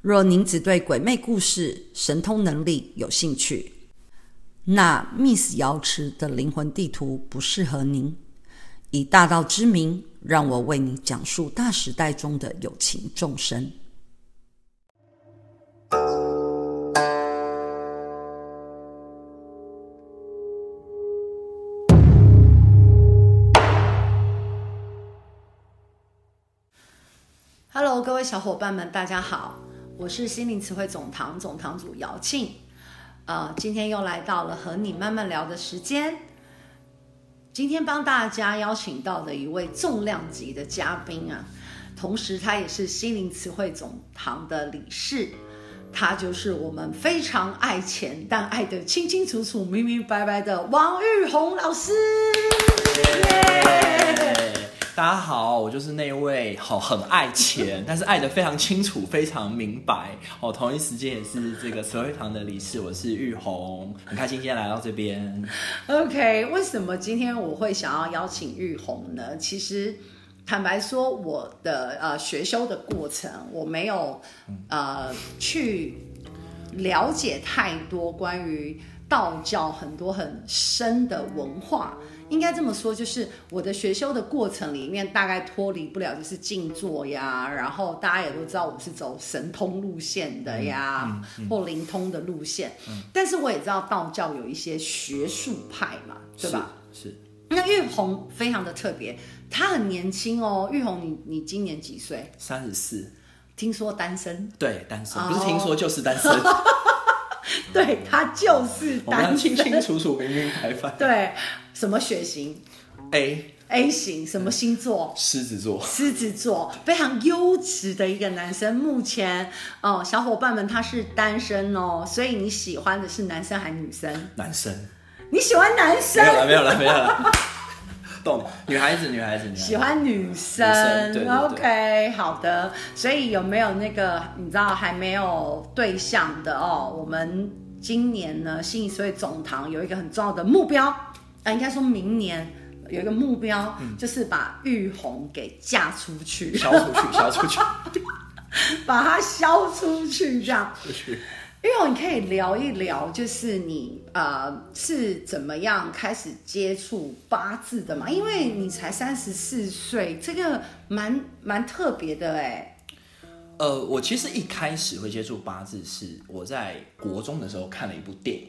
若您只对鬼魅故事、神通能力有兴趣，那 Miss 瑶池的灵魂地图不适合您。以大道之名，让我为你讲述大时代中的有情众生。Hello，各位小伙伴们，大家好，我是心灵词汇总堂总堂主姚庆。呃，今天又来到了和你慢慢聊的时间。今天帮大家邀请到的一位重量级的嘉宾啊，同时他也是心灵词汇总堂的理事，他就是我们非常爱钱但爱得清清楚楚、明明白白的王玉红老师。大家好，我就是那位好很爱钱， 但是爱的非常清楚、非常明白。哦，同一时间也是这个词汇堂的理事，我是玉红，很开心今天来到这边。 OK，为什么今天我会想要邀请玉红呢？其实坦白说，我的呃学修的过程，我没有呃去了解太多关于道教很多很深的文化。应该这么说，就是我的学修的过程里面，大概脱离不了就是静坐呀，然后大家也都知道我是走神通路线的呀，嗯或灵通的路线。但是我也知道道教有一些学术派嘛，对吧？是？是，那玉红非常的特别，她很年轻哦。玉红你，你今年几岁？三十四，听说单身，对，单身，哦不是听说就是单 身，对她就是我们要单清身。 清楚楚、明明白白。对，什么血型 A ？A 型，什么星座？狮子座，狮子座，非常优质的一个男生。目前，哦、小伙伴们他是单身哦，所以你喜欢的是男生还是女生？男生，你喜欢男没有生，了，没有了，没有了。懂，女孩子，女孩子，女 孩子喜欢女生女生对对对 o k 好的。所以有没有那个你知道还没有对象的哦？我们今年呢，新一岁总堂有一个很重要的目标，啊、应该说明年有一个目标，嗯就是把玉红给嫁出去，消出去，消出去， 把它销出去，这样。出去。玉红，你可以聊一聊，就是你呃是怎么样开始接触八字的嘛？因为你才三十四岁，这个蛮蛮特别的哎、呃，我其实一开始会接触八字，是我在国中的时候看了一部电 影，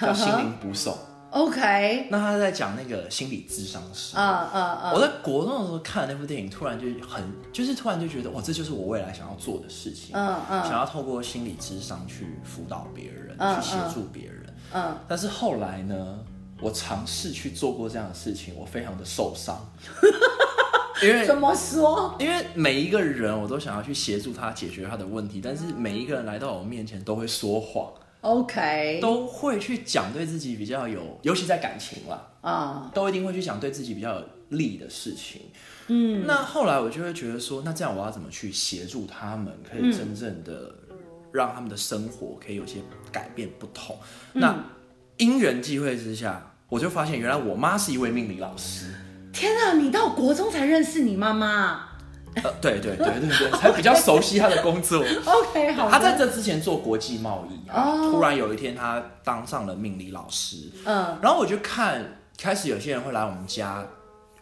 叫《心灵捕手》。 OK，那他在讲那个心理智商师。呃呃我在国中的时候看了那部电影，突然就很，就是突然就觉得，哇，这就是我未来想要做的事情。啊嗯嗯想要透过心理智商去辅导别人，嗯去协助别人。嗯但是后来呢，我尝试去做过这样的事情，我非常的 受伤，因为呃，怎么说？因为每一个人我都想要去协助他解决他的问题，但是每一个人来到我面前都会说谎， OK，都会去讲对自己比较有，尤其在感情啦，啊、都一定会去讲对自己比较有利的事情。嗯，那后来我就会觉得说，那这样我要怎么去协助他们，可以真正的让他们的生活可以有些改变不同？那因缘际会之下，我就发现原来我妈是一位命理老师。天啊，你到国中才认识你妈妈呃，对对对对 对，才比较熟悉她的工作。 ？OK，好的，他在这之前做国际贸易啊，哦突然有一天他当上了命理老师，嗯然后我就看开始有些人会来我们家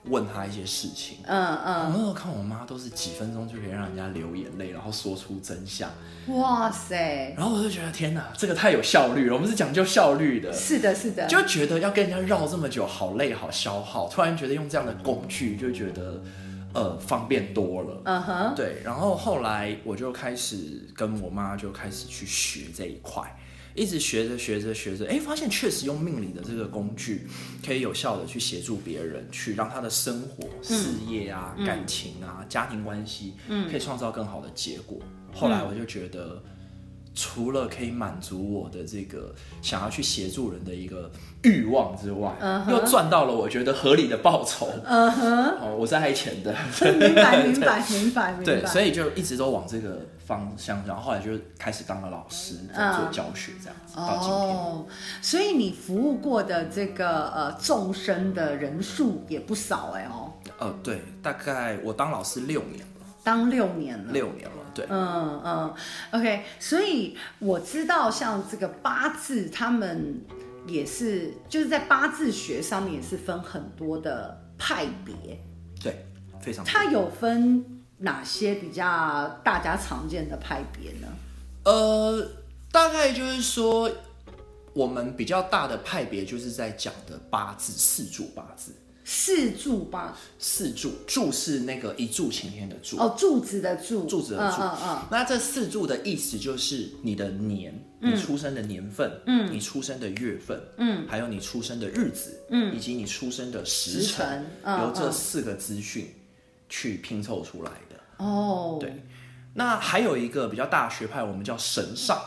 问他一些事情。我嗯那时候看我妈都是几分钟就可以让人家流眼泪，然后说出真相，嗯，哇塞，然后我就觉得天哪，这个太有效率了。我们是讲究效率的，是的，是的，就觉得要跟人家绕这么久，好累，好消耗。突然觉得用这样的工具，就觉得呃方便多了。嗯哼， 对，然后后来我就开始跟我妈就开始去学这一块，一直学着学着学着，哎，发现确实用命理的这个工具，可以有效的去协助别人，去让他的生活、事业啊、感嗯情啊、家庭关系，嗯，可以创造更好的结果。后来我就觉得除了可以满足我的这个想要去协助人的一个欲望之外又赚到了我觉得合理的报酬。嗯哼、哦，我是爱钱的，明白明白明白明对，白。所以以就一直都往这个方向，然后后来就开始当了老师，在做教学这样子，到今嗯天。哦，所以你服务过的这个呃众生的人数也不少哎、哦，呃，对，大概我当老师六年了，当六年了。六年了，对，嗯嗯，OK，所以我知道像这个八字，他们也是就是在八字学上面也是分很多的派别，对，非常。它有分哪些比较大家常见的派别呢？呃，大概就是说，我们比较大的派别就是在讲的八字，四柱八字，四柱吧，四柱柱是那个一柱擎天的柱，哦，柱子的柱，柱子的柱。嗯嗯嗯，那这四柱的意思就是你的年，嗯你出生的年份，嗯，你出生的月份，嗯，还有你出生的日子，嗯，以及你出生的时时辰辰，嗯由这嗯四个资讯去拼凑出来的。哦，对，那还有一个比较大的学派，我们叫神煞，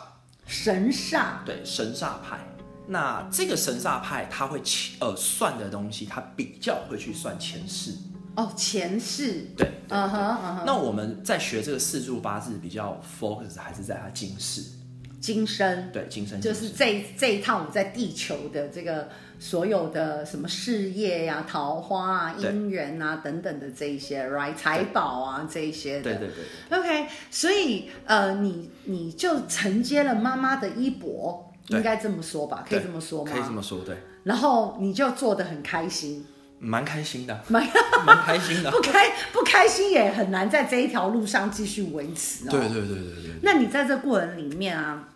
神煞，对，神煞派。那这个神煞派，他会起呃算的东西，他比较会去算前世。哦，前世，对，嗯哼嗯那我们在学这个四柱八字，比较 focus 还是在他今世，哼，今生，对，今生今就世是这这一趟我在地球的这个所有的什么事业呀、桃花啊、对姻缘啊等等的这一些，right 财宝啊这一些对的。对对对 OK，所以呃，你你就承接了妈妈的衣钵，对应该这么说吧？可以对这么说吗？可以这么说，对，然后你就做的很开心， 蛮开心的，蛮蛮开心 的不。开不开心也很难在这一条路上继续维持哦。对对对对对。那你在这过程里面啊，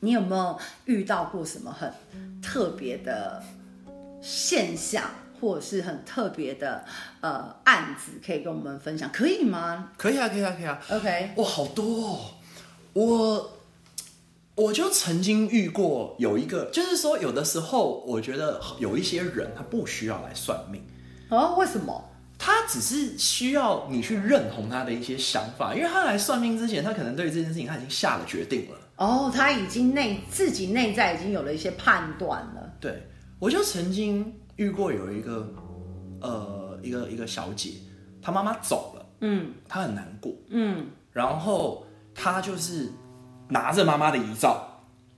你有没有遇到过什么很特别的现象，或者是很特别的呃案子可以跟我们分享？可以吗可以啊，可以啊，可以啊。 ？OK，哇，好多哦！我我就曾经遇过有一个，就是说有的时候，我觉得有一些人他不需要来算命，哦，为什么？他只是需要你去认同他的一些想法，因为他来算命之前，他可能对于这件事情他已经下了决定了。哦，他已经内自己内在已经有了一些判断了。对，我就曾经遇过有一个呃一个一个小姐，她妈妈走了，嗯她很难过，嗯，然后她就是拿着妈妈的遗照。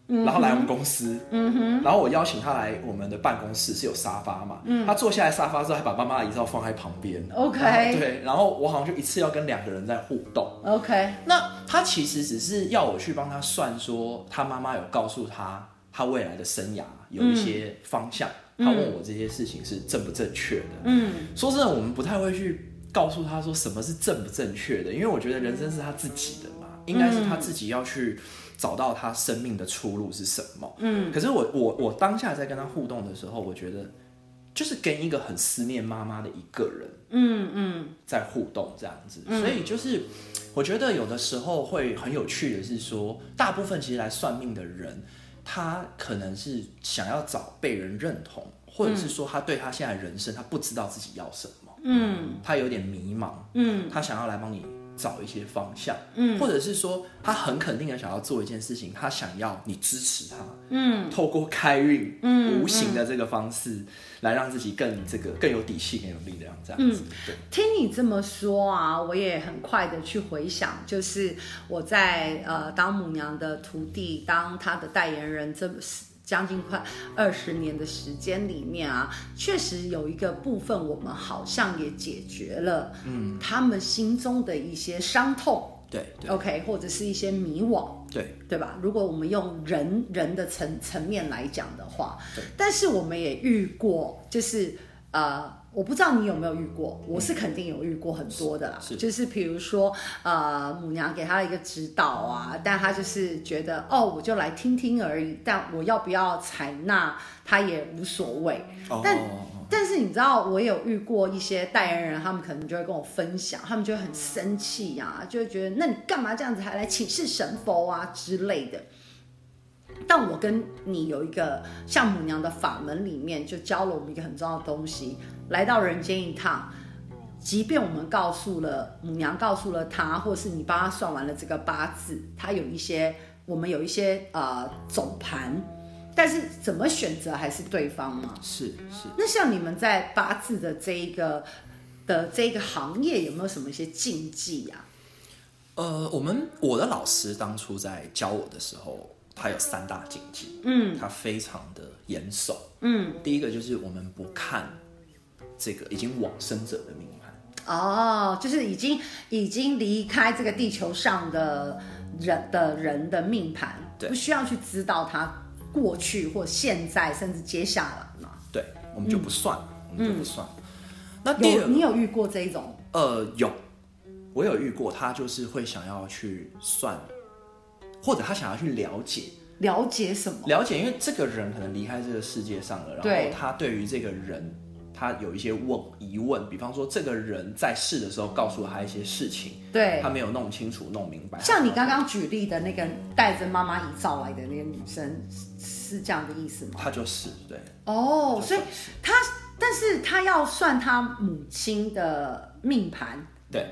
然后来我们公司，嗯哼，然后我邀请她来我们的办公室是有沙发嘛，嗯，她坐下来沙发之后还把妈妈的遗照放在旁边 OK 然后对，然后我好像就一次要跟两个人在互动， OK，那他其实只是要我去帮他算说，他妈妈有告诉他，他未来的生涯有一些方向。他问我这些事情是正不正确的。嗯，说真的，我们不太会去告诉他说什么是正不正确的，因为我觉得人生是他自己的嘛，应该是他自己要去找到他生命的出路是什么。嗯，可是我我我当下在跟他互动的时候，我觉得就是跟一个很思念妈妈的一个人，嗯在互动这样子，所以就是我觉得有的时候会很有趣的是说，大部分其实来算命的人，他可能是想要找被人认同，或者是说他对他现在人生他不知道自己要什么，嗯，他有点迷茫，嗯，他想要来帮你找一些方向，嗯，或者是说他很肯定的想要做一件事情，他想要你支持他，嗯，透过开运，嗯，无形的这个方式来让自己更这个更有底气、更有力量这样子，对。听你这么说啊，我也很快的去回想，就是我在呃当母娘的徒弟，当她的代言人这是将近快二十年的时间里面啊，确实有一个部分我们好像也解决了，嗯，他们心中的一些伤痛对对，OK，或者是一些迷惘。对对吧？如果我们用人人的层层面来讲的话，但是我们也遇过，就是呃，我不知道你有没有遇过，我是肯定有遇过很多的啦。嗯是是就是比如说呃，母娘给他的一个指导啊，但他就是觉得哦，我就来听听而已，但我要不要采纳他也无所谓。哦但嗯但是你知道，我有遇过一些代言人，他们可能就会跟我分享，他们就会很生气啊，就会觉得那你干嘛这样子还来请示神佛啊之类的。但我跟你有一个像母娘的法门里面，就教了我们一个很重要的东西：来到人间一趟，即便我们告诉了母娘，告诉了他，或是你帮他算完了这个八字，他有一些我们有一些呃总盘，但是怎么选择还是对方嘛。是是，那像你们在八字的这一个的这个行业，有没有什么一些禁忌啊呀、呃，我们我的老师当初在教我的时候，他有三大禁忌，嗯，他非常的严守，嗯，第一个就是我们不看这个已经往生者的命盘，哦，就是已经已经离开这个地球上的人的人的命盘，对不需要去知道他过去或现在，甚至接下来嘛。对，我们就不算，我们就不算。那第有二你个，有遇过这一种？呃，有，我有遇过，他就是会想要去算，或者他想要去了解，了解什么？了解，因为这个人可能离开这个世界上了，然对后他对于这个人，他有一些问疑问，比方说这个人在世的时候告诉他一些事情，对他，没有弄清楚、弄明白。像你刚，刚举例的那个带着妈妈遗照来的那个女生，是是这样的意思吗？他就是对，哦，所以他就是她，但是她要算她母亲的命盘，对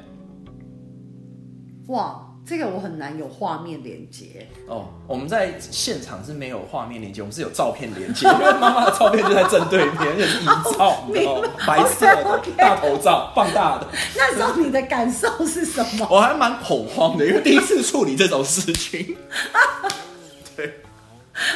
哇，这个我很难有画面连接。哦，我们在现场是没有画面连接，我们是有照片连接，因 为妈妈的照片就在正对面，而且是遗照，你知道吗？白色的 OK，OK 大头照，放大的。那时候你的感受是什么？我还蛮恐慌的，因为第一次处理这种事情。对，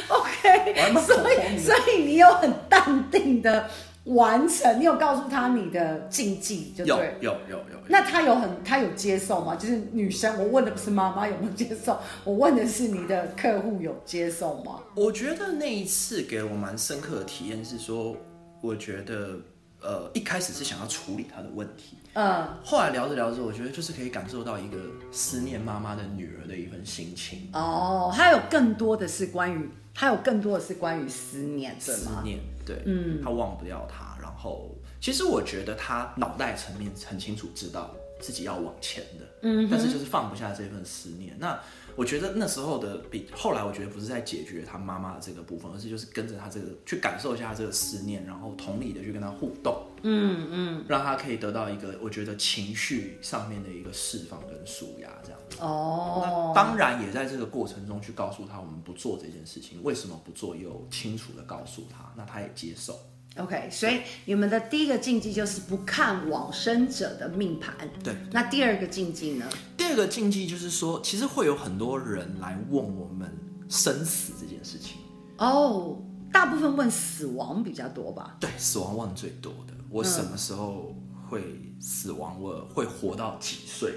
我还 OK，蛮恐所慌以的所以你有很淡定的完成，你有告诉他你的禁忌，就有对。有有有。那他有很他有接受吗？就是女生，我问的不是妈妈有没有接受，我问的是你的客户有接受吗？我觉得那一次给我蛮深刻的体验是说，我觉得呃一开始是想要处理他的问题，嗯，后来聊着聊着，我觉得就是可以感受到一个思念妈妈的女儿的一份心情，哦，他有更多的是关于他有更多的是关于思念，对思吗？念，对，嗯，她忘不掉他，然后其实我觉得她脑袋层面很清楚知道自己要往前的，嗯，但是就是放不下这份思念。那我觉得那时候的比后来，我觉得不是在解决她妈妈的这个部分，而是就是跟着她这个去感受一下这个思念，然后同理的去跟她互动，嗯嗯，让她可以得到一个我觉得情绪上面的一个释放跟舒压这样子。哦那，当然也在这个过程中去告诉他，我们不做这件事情，为什么不做，也有清楚的告诉他，那他也接受。 OK，所以你们的第一个禁忌就是不看往生者的命盘。对，那第二个禁忌呢？第二个禁忌就是说，其实会有很多人来问我们生死这件事情，哦，大部分问死亡比较多吧。对，死亡问最多的，我什么时候会死亡？我会活到几岁？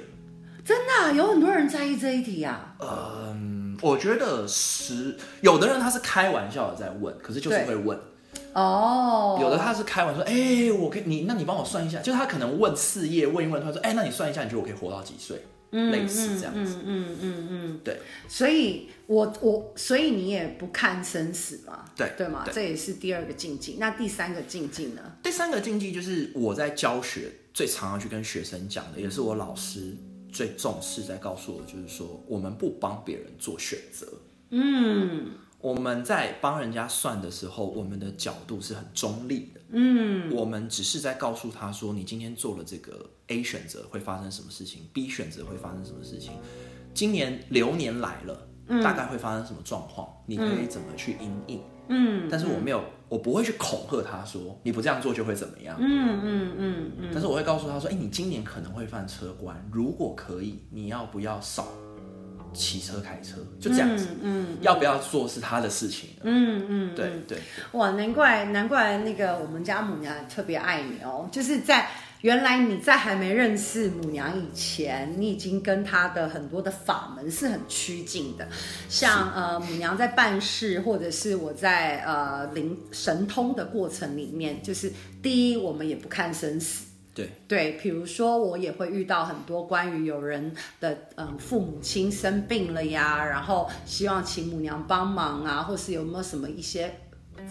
真的啊、有很多人在意这一题啊。嗯，我觉得十，有的人他是开玩笑的在问，可是就是对会问。哦，有的他是开玩笑说，哎、我可以，你，那你帮我算一下，就是他可能问事业，问一问，他说，哎、那你算一下，你觉得我可以活到几岁？类似这样子，嗯嗯嗯嗯，对所以我我所以你也不看生死嘛，对对嘛，对这也是第二个禁忌。那第三个禁忌呢？第三个禁忌就是我在教学最常要去跟学生讲的，也是我老师最重视在告诉我，就是说我们不帮别人做选择。嗯，我们在帮人家算的时候，我们的角度是很中立的。嗯，我们只是在告诉他说，你今天做了这个 A 选择会发生什么事情，B 选择会发生什么事情。今年流年来了，大概会发生什么状况，你可以怎么去应应。嗯，但是我没有，我不会去恐吓他说你不这样做就会怎么样。嗯嗯嗯嗯。但是我会告诉他说，哎、你今年可能会犯车关，如果可以，你要不要少骑车开车？就这样子。嗯，要不要做是他的事情。嗯嗯，对对哇，难怪难怪那个我们家母娘特别爱你哦，就是在原来你在还没认识母娘以前，你已经跟她的很多的法门是很趋近的，像呃母娘在办事，或者是我在呃灵神通的过程里面，就是第一我们也不看生死。对对，比如说我也会遇到很多关于有人的嗯父母亲生病了呀，然后希望请母娘帮忙啊，或是有没有什么一些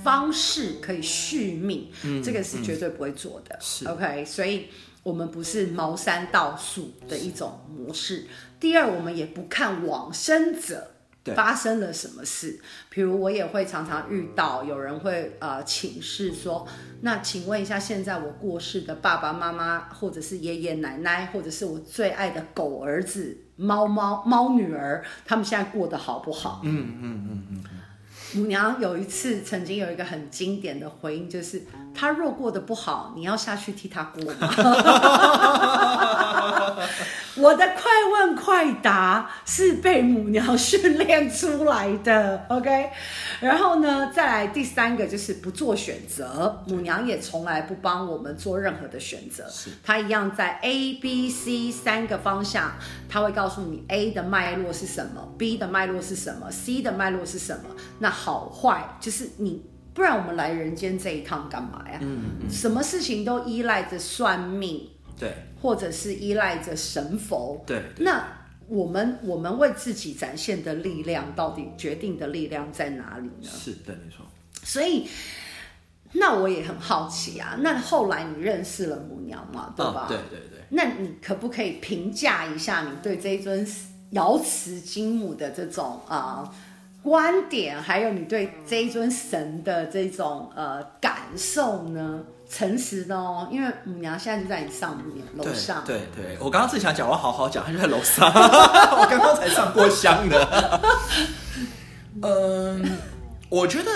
方式可以续命，这个是绝对不会做的。是 OK，所以我们不是茅山道术的一种模式。第二，我们也不看往生者。对发生了什么事？比如我也会常常遇到有人会呃请示说，那请问一下，现在我过世的爸爸妈妈，或者是爷爷奶奶，或者是我最爱的狗儿子猫猫猫女儿他们现在过得好不好？嗯嗯嗯嗯。母娘有一次曾经有一个很经典的回应，就是她若过得不好，你要下去替她过吗？我的快问快答是被母娘训练出来的，OK。然后呢，再来第三个就是不做选择，母娘也从来不帮我们做任何的选择是，她一样在 A、B、C 三个方向，她会告诉你 A 的脉络是什么，B 的脉络是什么，C 的脉络是什么，那好坏就是你。不然我们来人间这一趟干嘛呀？什么事情都依赖着算命，对或者是依赖着神佛。对那我们我们为自己展现的力量，到底决定的力量在哪里呢？是对，没错。所以，那我也很好奇啊。那后来你认识了母娘嘛，对吧？嗯对对对。那你可不可以评价一下你对这一尊瑶池金母的这种啊、呃观点，还有你对这一尊神的这种呃感受呢？诚实的哦，因为母娘现在就在你上面楼对上，对对，我刚刚自己想讲，我好好讲，他就在 楼上， 我刚刚才上过香的。 嗯，我觉得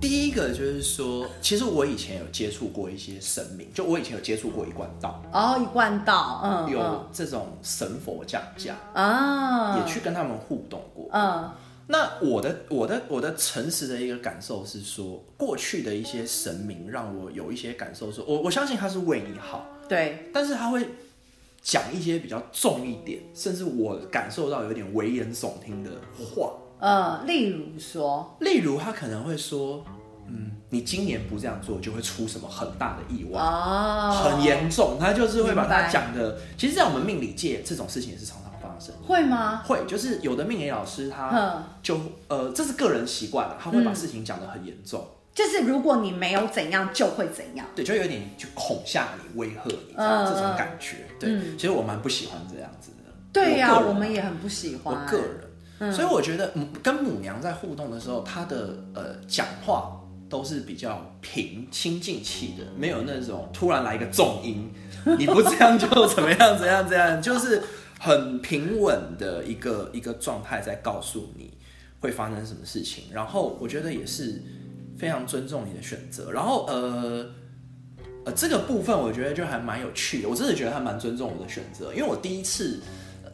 第一个就是说，其实我以前有接触过一些神明，就我以前有接触过一贯道，哦，一贯道，嗯，有这种神佛降价，嗯啊，也去跟他们互动过。嗯那我的我的我的诚实的一个感受是说，过去的一些神明让我有一些感受说我我相信他是为你好，对，但是他会讲一些比较重一点，甚至我感受到有点危言耸听的话。呃，例如说，例如，他可能会说：“嗯，你今年不这样做，就会出什么很大的意外，哦，很严重。”他就是会把明它白讲的，其实，在我们命理界，这种事情也是常常发生。会吗？会，就是有的命理老师他嗯，就呃，这是个人习惯啊了，他会把嗯事情讲得很严重，就是如果你没有怎样，就会怎样。对，就有点就恐吓你、威吓你这样、嗯这种嗯感觉。对，嗯其实我蛮不喜欢这样子的。对呀、个人我啊们也很不喜欢。我个人，所以我觉得嗯跟母娘在互动的时候，她的呃讲话都是比较平心静气的，嗯没有那种突然来一个重音，你不这样就怎么样怎样怎样，就是很平稳的一个一个状态在告诉你会发生什么事情。然后我觉得也是非常尊重你的选择。然后呃。呃，这个部分我觉得就还蛮有趣的，我真的觉得他蛮尊重我的选择，因为我第一次，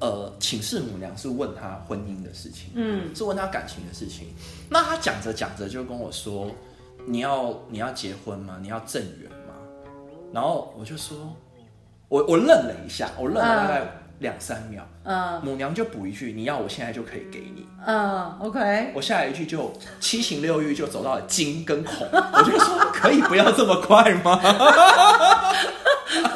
呃，请示母娘是问他婚姻的事情，嗯，是问他感情的事情。那他讲着讲着就跟我说：“你要你要结婚吗？你要正缘吗？”然后我就说，我我愣了一下，我愣了大概两三秒，嗯母娘就补一句：“你要我现在就可以给你。”嗯，OK， 我下一句就七情六欲就走到了惊跟恐，我就说可以不要这么快吗？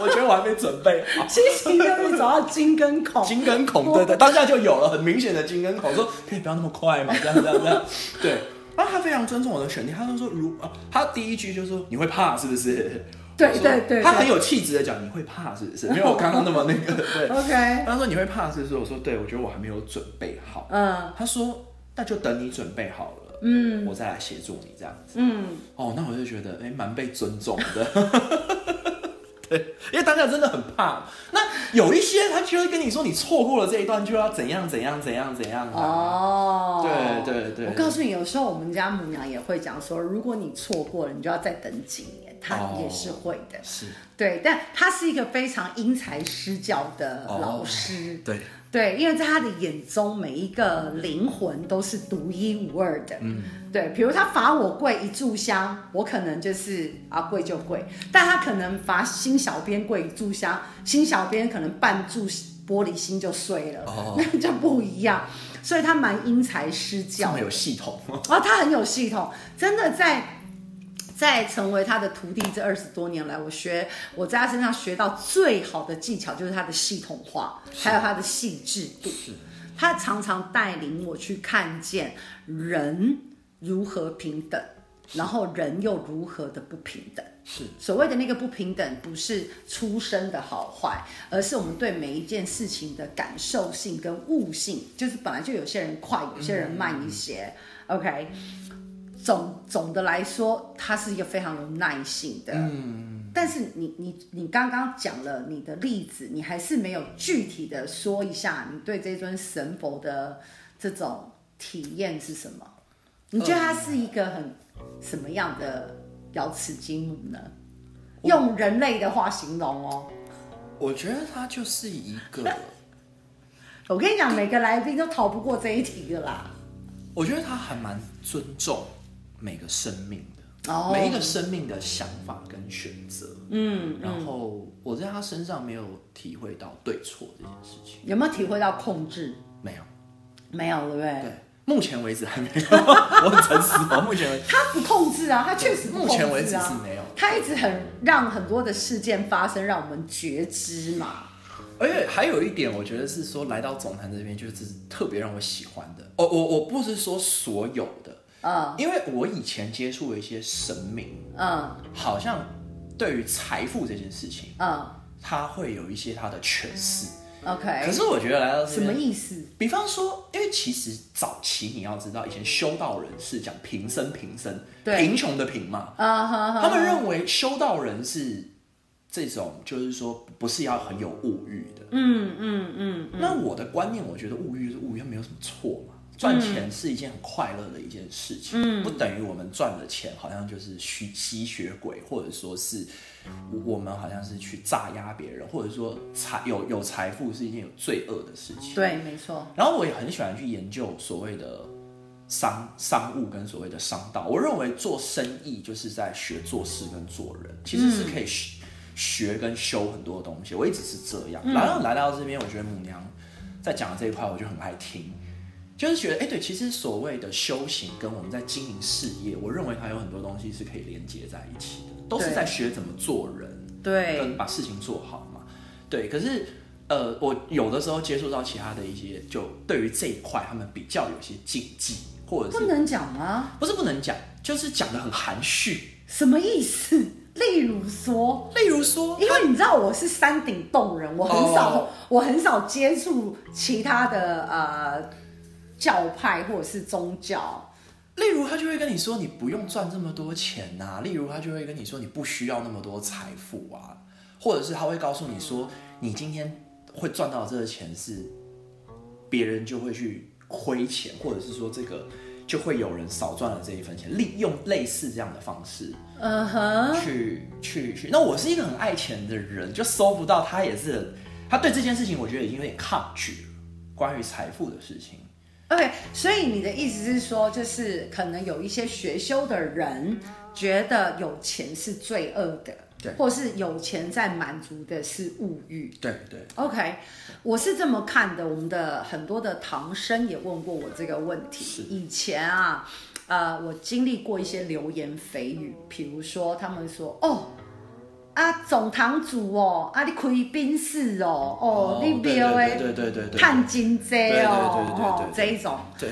我觉得我还没准备好。七情六欲找到金跟孔，金跟恐，对对，当下就有了很明显的金跟恐，说可以不要那么快嘛，这样这样这样，对。然后他非常尊重我的选定，他就说如啊，他第一句就说你会怕是不是？对我说对对他对很有气质的讲你会怕是不是？没有我刚刚那么那个，对。 OK，他说你会怕是不是？我说对，我觉得我还没有准备好。嗯他说那就等你准备好了，嗯，我再来协助你这样子。嗯，哦，那我就觉得哎，蛮被尊重的。 对，因为当下真的很怕。那有一些他就会跟你说，你错过了这一段就要怎样怎样怎样怎样啊。哦，对对对我告诉你，有时候我们家母娘也会讲说，如果你错过了，你就要再等几年，她哦也是会的。是，对，但她是一个非常因材施教的老师。对，对，因为在他的眼中，每一个灵魂都是独一无二的。嗯，对，比如他罚我跪一炷香，我可能就是啊跪就跪，但他可能罚新小编跪一炷香，新小编可能半炷玻璃心就碎了，哦 那就不一样。所以他蛮因材施这教么的，有系统。然哦后他很有系统，真的在在成为他的徒弟这二十多年来，我学我在他身上学到最好的技巧就是他的系统化，还有他的细致度。他常常带领我去看见人如何平等，然后人又如何的不平等。是所谓的那个不平等，不是出身的好坏，而是我们对每一件事情的感受性跟悟性，就是本来就有些人快，有些人慢一些。OK，总总的来说，他是一个非常有耐性的但是你你你刚刚讲了你的例子，你还是没有具体的说一下你对这尊神佛的这种体验是什么？你觉得它是一个很什么样的瑶池金母呢？用人类的话形容哦。我觉得它就是一个，我跟你讲，每个来宾都逃不过这一题的啦。我觉得它还蛮尊重每个生命的，哦每一个生命的想法跟选择。嗯，然后我在他身上没有体会到对错这件事情，有没有体会到控制？没有。没有，对不对？对，目前为止 还没有，我很诚实哦。目前为止，他不控制啊，他确实不目控制啊。前为止是没有。他一直很让很多的事件发生，让我们觉知嘛。而且还有一点，我觉得是说来到总坛这边，就是特别让我喜欢的。哦，我我不是说所有的，嗯因为我以前接触的一些神明，嗯好像对于财富这件事情，嗯他会有一些他的诠释。可，OK，是我觉得来到这嗯什么边，意思？比方说，因为其实早期你要知道，以前修道人是讲贫僧，贫僧，对贫穷的贫嘛，啊哈哈，他们认为修道人是这种，就是说不是要很有物欲的。嗯嗯嗯那我的观念，我觉得物欲是物欲，它没有什么错嘛。赚钱是一件很快乐的一件事情，嗯不等于我们赚了钱好像就是吸吸血鬼，或者说是我我们好像是去榨压别人，或者说财有有财富是一件有罪恶的事情。对，没错。然后我也很喜欢去研究所谓的商商务跟所谓的商道。我认为做生意就是在学做事跟做人，其实是可以学、学跟修很多东西。我一直是这样，然后来到这边，我觉得母娘在讲的这一块，我就很爱听。就是觉得，哎、对，其实所谓的修行跟我们在经营事业，我认为它有很多东西是可以连接在一起的，都是对在学怎么做人。对跟把事情做好嘛。对，可是呃，我有的时候接触到其他的一些，就对于这一块，他们比较有些禁忌，或者不是能讲吗？不是不能讲，就是讲的很含蓄。什么意思？例如说，例如说，因为你知道我是山顶洞人，我很少，哦我很少接触其他的呃教派或者是宗教。例如他就会跟你说，你不用赚这么多钱呐、例如他就会跟你说，你不需要那么多财富啊，或者是他会告诉你说，你今天会赚到这个钱是别人就会去亏钱，或者是说这个就会有人少赚了这一分钱，利用类似这样的方式嗯哼，去去去。那我是一个很爱钱的人，就收不到，他也是很他对这件事情，我觉得已经有点抗拒了，关于财富的事情。 OK，所以你的意思是说，就是可能有一些学修的人觉得有钱是罪恶的，对或是有钱在满足的是物欲。对对， OK，我是这么看的。我们的很多的唐僧也问过我这个问是题。以前啊，呃，我经历过一些流言蜚语，比如说他们说：“哦，啊，总堂主哦，啊，你开宾士哦，哦，你对庙对诶对对对对，探金对贼对哦，对对哦对对这一种。”对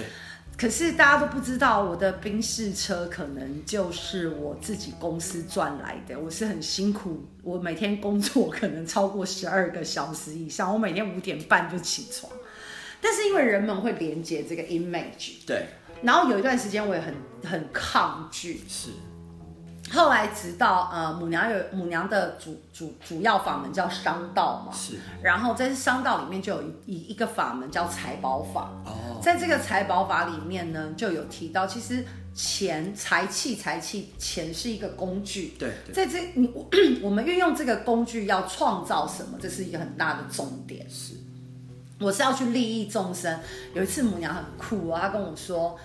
可是大家都不知道，我的宾士车可能就是我自己公司赚来的。我是很辛苦，我每天工作可能超过十二个小时以上，我每天五点半就起床。但是因为人们会连接这个 image，对然后有一段时间我也很很抗拒，是，后来直到呃母娘有母娘的主主主要法门叫商道嘛，是然后在商道里面就有一一一个法门叫财宝法，哦，在这个财宝法里面呢，就有提到，其实钱、财气、财气，钱是一个工具。对对在这你 我们运用这个工具要创造什么，这是一个很大的重点。是我是要去利益众生。有一次母娘很酷啊，她跟我说：“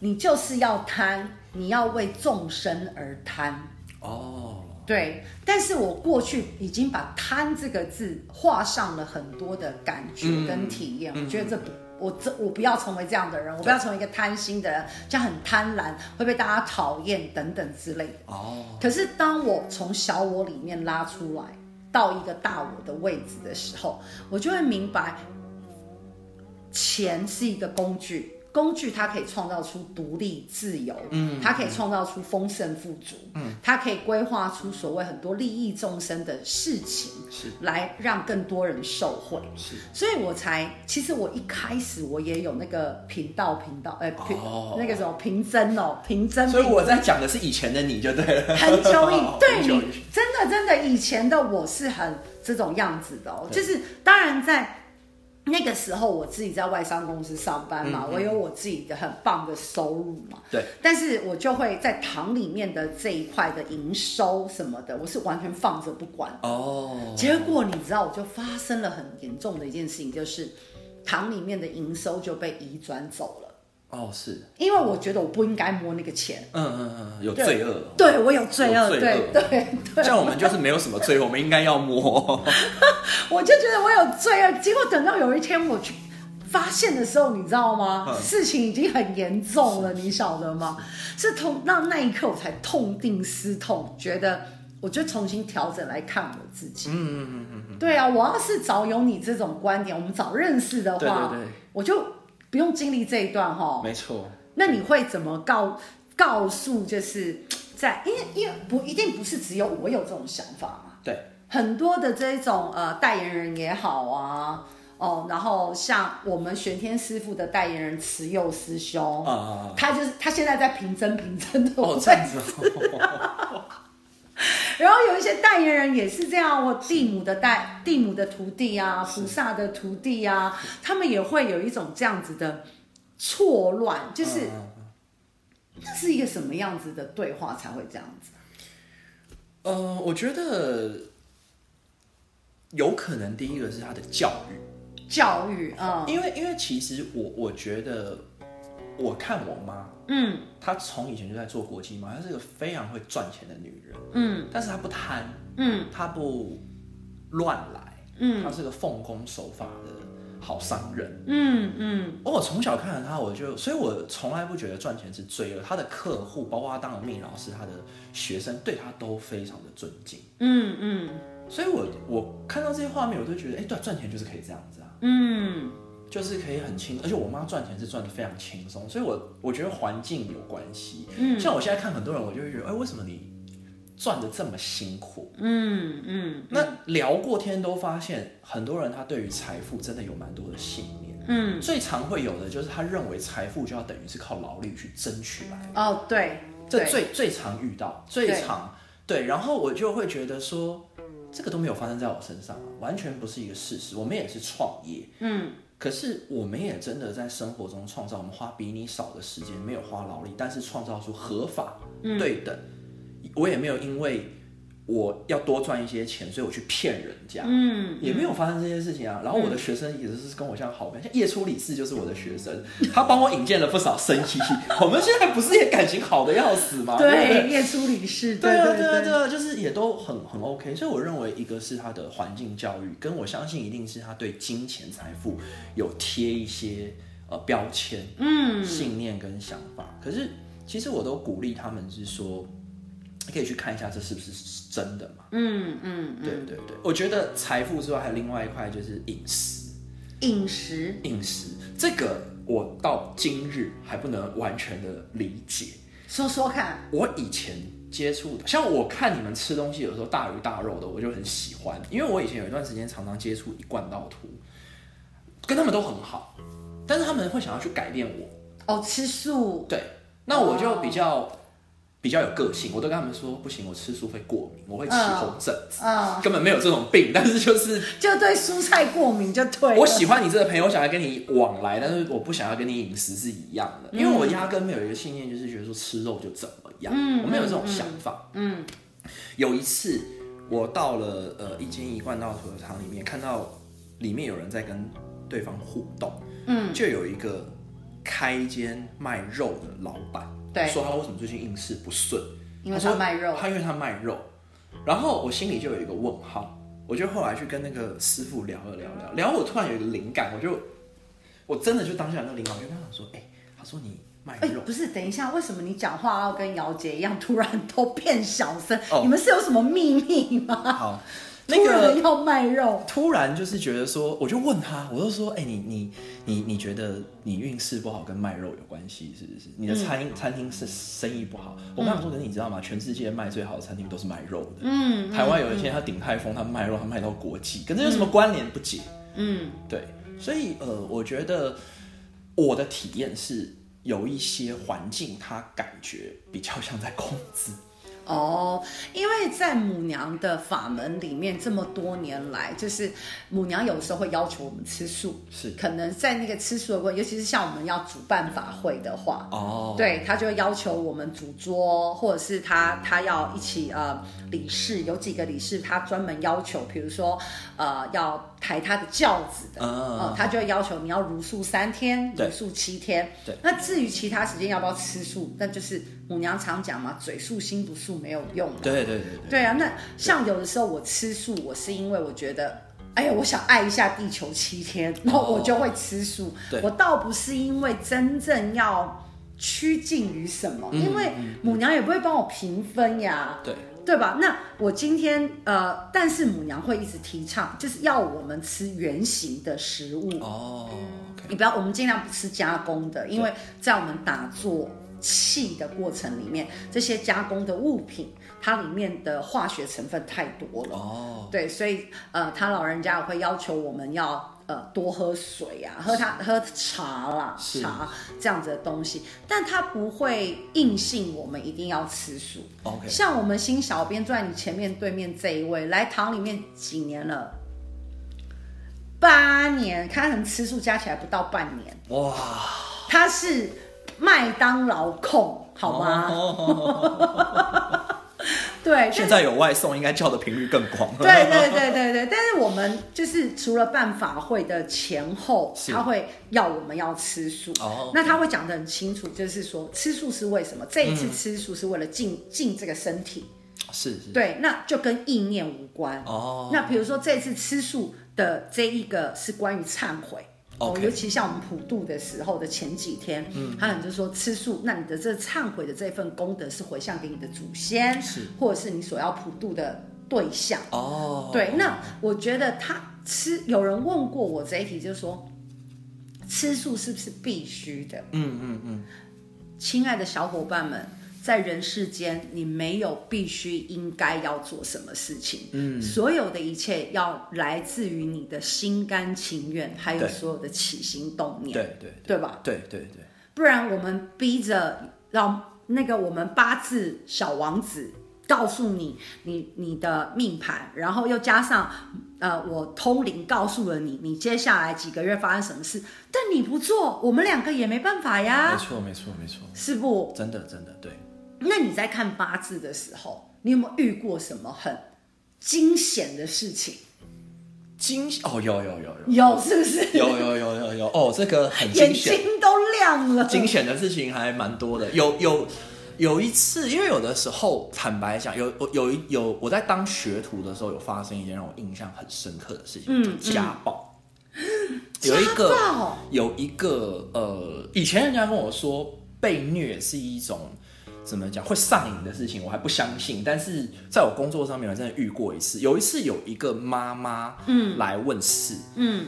你就是要贪，你要为众生而贪。”哦，对，但是我过去已经把“贪”这个字画上了很多的感觉跟体验，我觉得这不。我这我不要成为这样的人，我不要成为一个贪心的人，这样很贪婪会被大家讨厌等等之类的。哦，可是当我从小我里面拉出来到一个大我的位置的时候，我就会明白，钱是一个工具，工具它可以创造出独立、自由，嗯，它可以创造出丰盛、富足，嗯，它可以规划出所谓很多利益众生的事情，是来让更多人受惠。是所以我才，其实我一开始我也有那个频道频道，哎、频、哦那个什么平真哦，平真，所以我在讲的是以前的你就对了，很 久以对很久你真的真的以前的我是很这种样子的哦，对就是当然在。那个时候我自己在外商公司上班嘛，我有我自己的很棒的收入嘛，对，但是我就会在堂里面的这一块的营收什么的，我是完全放着不管。哦，结果你知道，我就发生了很严重的一件事情，就是堂里面的营收就被移转走了，哦是，因为我觉得我不应该摸那个钱，嗯嗯嗯，有罪恶，对我有罪恶，对有罪对恶对，像我们就是没有什么罪，我们应该要 摸，我就觉得我有罪恶。结果等到有一天我去发现的时候，你知道吗？嗯事情已经很严重了，你晓得吗？是痛，那那一刻我才痛定思痛，觉得我就重新调整来看我自己。嗯嗯嗯嗯，对啊，我要是早有你这种观点，我们早认识的话，对对对我就不用经历这一段哈。没错，那你会怎么告告诉？就是在因为因为不一定不是只有我有这种想法嘛。对，很多的这种呃代言人也好啊，哦，然后像我们玄天师傅的代言人慈幼师兄，啊啊啊他就是他现在在平真平真的哦位这样子哦， 然后有一些代言人也是这样，我地母的代地母的徒弟啊，菩萨的徒弟啊，他们也会有一种这样子的错乱，就是嗯嗯这是一个什么样子的对话才会这样子？呃，我觉得有可能第一个是他的教育，教育啊，因为因为其实我我觉得，我看我妈，嗯她从以前就在做国际贸易，她是个非常会赚钱的女人，嗯但是她不贪，嗯她不乱来，嗯她是个奉公守法的好商人。哦嗯嗯而我从小看着她，我就，所以我从来不觉得赚钱是罪恶。她的客户，包括她当了命老师，她的学生对她都非常的尊敬。嗯嗯所以我我看到这些画面，我都觉得，哎、对啊、赚钱就是可以这样子啊。嗯就是可以很轻，而且我妈赚钱是赚的非常轻松，所以我我觉得环境有关系。嗯像我现在看很多人，我就会觉得，哎、为什么你赚的这么辛苦？嗯嗯那聊过天都发现，很多人他对于财富真的有蛮多的信念。嗯，最常会有的就是他认为财富就要等于是靠劳力去争取来的，哦对，这对最最常遇到，最常对。然后我就会觉得说，这个都没有发生在我身上、啊，完全不是一个事实。我们也是创业，嗯可是我们也真的在生活中创造，我们花比你少的时间，没有花劳力，但是创造出合法、对等。我也没有因为我要多赚一些钱，所以我去骗人家，嗯也没有发生这些事情啊。然后我的学生也是跟我像好朋友，像叶初理事就是我的学生， 他帮我引荐了不少生意。 我们现在不是也感情好的要死吗？对不对对，叶初理事，对啊，对对啊，对啊，就是也都很很 OK，所以我认为一个是他的环境教育，跟我相信一定是他对金钱财富有贴一些呃标签、嗯信念跟想法。可是其实我都鼓励他们是说，可以去看一下这是不是真的嘛？嗯嗯对对对，我觉得财富之外还有另外一块就是饮食，饮食，饮食这个我到今日还不能完全的理解。说说看，我以前接触的，像我看你们吃东西有时候大鱼大肉的，我就很喜欢，因为我以前有一段时间常常接触一贯道徒，跟他们都很好，但是他们会想要去改变我，哦，吃素，对，那我就比较、比较有个性，我都跟他们说不行，我吃素会过敏，我会起红疹子，嗯，根本没有这种病，但是就是就对蔬菜过敏就对了，我喜欢你这个朋友，我想要跟你往来，但是我不想要跟你饮食是一样的，因为我压根没有一个信念，就是觉得说吃肉就怎么样，我没有这种想法。嗯，有一次我到了呃一间一贯道土的堂里面，看到里面有人在跟对方互动，嗯，就有一个开一间卖肉的老板，对说他为什么最近运势不顺，因为他他说卖肉，他因为他卖肉，然后我心里就有一个问号，我就后来去跟那个师傅聊了聊聊，聊我突然有一个灵感，我就我真的就当下有那个灵感，我就跟他讲说，哎、他说你卖哎肉，，不是，等一下，为什么你讲话要跟姚姐一样突然都变小声？哦你们是有什么秘密吗？好，那哎突然个要卖肉，突然就是觉得说，我就问他，我就说，哎、你你你你觉得你运势不好跟卖肉有关系是不是？你的餐饮、餐厅是生意不好。我刚想说，可是你知道吗？全世界卖最好的餐厅都是卖肉的。嗯，台湾有一些他鼎泰丰，他卖肉，他卖到国际，跟这有什么关联不解？嗯，对，所以呃，我觉得我的体验是有一些环境，它感觉比较像在控制。哦，因为在母娘的法门里面，这么多年来，就是母娘有时候会要求我们吃素，是可能在那个吃素的过程，尤其是像我们要主办法会的话，哦，对他就会要求我们主桌，或者是他他要一起呃理事，有几个理事他专门要求，比如说呃要抬他的轿子的，嗯呃他就会要求你要茹素三天，对茹素七天。对那至于其他时间要不要吃素，那就是母娘常讲嘛，嘴素心不素没有用嘛。对对对对对啊，那像有的时候我吃素，我是因为我觉得，哎呀，我想爱一下地球七天，然后我就会吃素。对我倒不是因为真正要趋近于什么，因为母娘也不会帮我评分呀。对对吧？那我今天呃，但是母娘会一直提倡，就是要我们吃原形的食物。哦，OK，你不要，我们尽量不吃加工的，因为在我们打坐气的过程里面，这些加工的物品，它里面的化学成分太多了。哦，对，所以呃，他老人家也会要求我们要呃多喝水啊，喝他喝茶啦，是茶这样子的东西，但他不会硬性我们一定要吃素。 OK 像我们新小编坐在你前面对面这一位，来堂里面几年了？八年，他可能吃素加起来不到半年，哇，他是麦当劳控，好吗？哦对，现在有外送，应该叫的频率更 广。对对对对对，但是我们就是除了办法会的前后，是他会要我们要吃素。哦那他会讲得很清楚，就是说吃素是为什么？这一嗯次吃素是为了净净这个身体，是是，对，那就跟意念无关。哦那比如说这次吃素的这一个是关于忏悔。哦 OK 尤其像我们普渡的时候的前几天，嗯，他很就说吃素，那你的这忏悔的这份功德是回向给你的祖先，是或者是你所要普渡的对象，哦，对，那我觉得他吃，有人问过我这一题，就是说吃素是不是必须的？嗯嗯嗯，亲爱的小伙伴们，在人世间，你没有必须应该要做什么事情，嗯，所有的一切要来自于你的心甘情愿，还有对所有的起心动念，对对对吧？对对对，不然我们逼着让那个我们八字小王子告诉你你你的命盘，然后又加上呃我通灵告诉了你，你接下来几个月发生什么事，但你不做，我们两个也没办法没呀，错没错没错，是不？真的真的对，那你在看八字的时候，你有没有遇过什么很惊险的事情？惊喜哦，有有有有有是不是？有有有有有哦，这个很眼惊险。睛都亮了。惊险的事情还蛮多的。有有有一次，因为有的时候坦白讲，有有有一有我在当学徒的时候，有发生一件让我印象很深刻的事情，嗯就家暴。家有一个暴有一个呃，以前人家跟我说被虐是一种。怎么讲会上瘾的事情，我还不相信。但是在我工作上面，我真的遇过一次。有一次有一个妈妈，嗯，来问事，嗯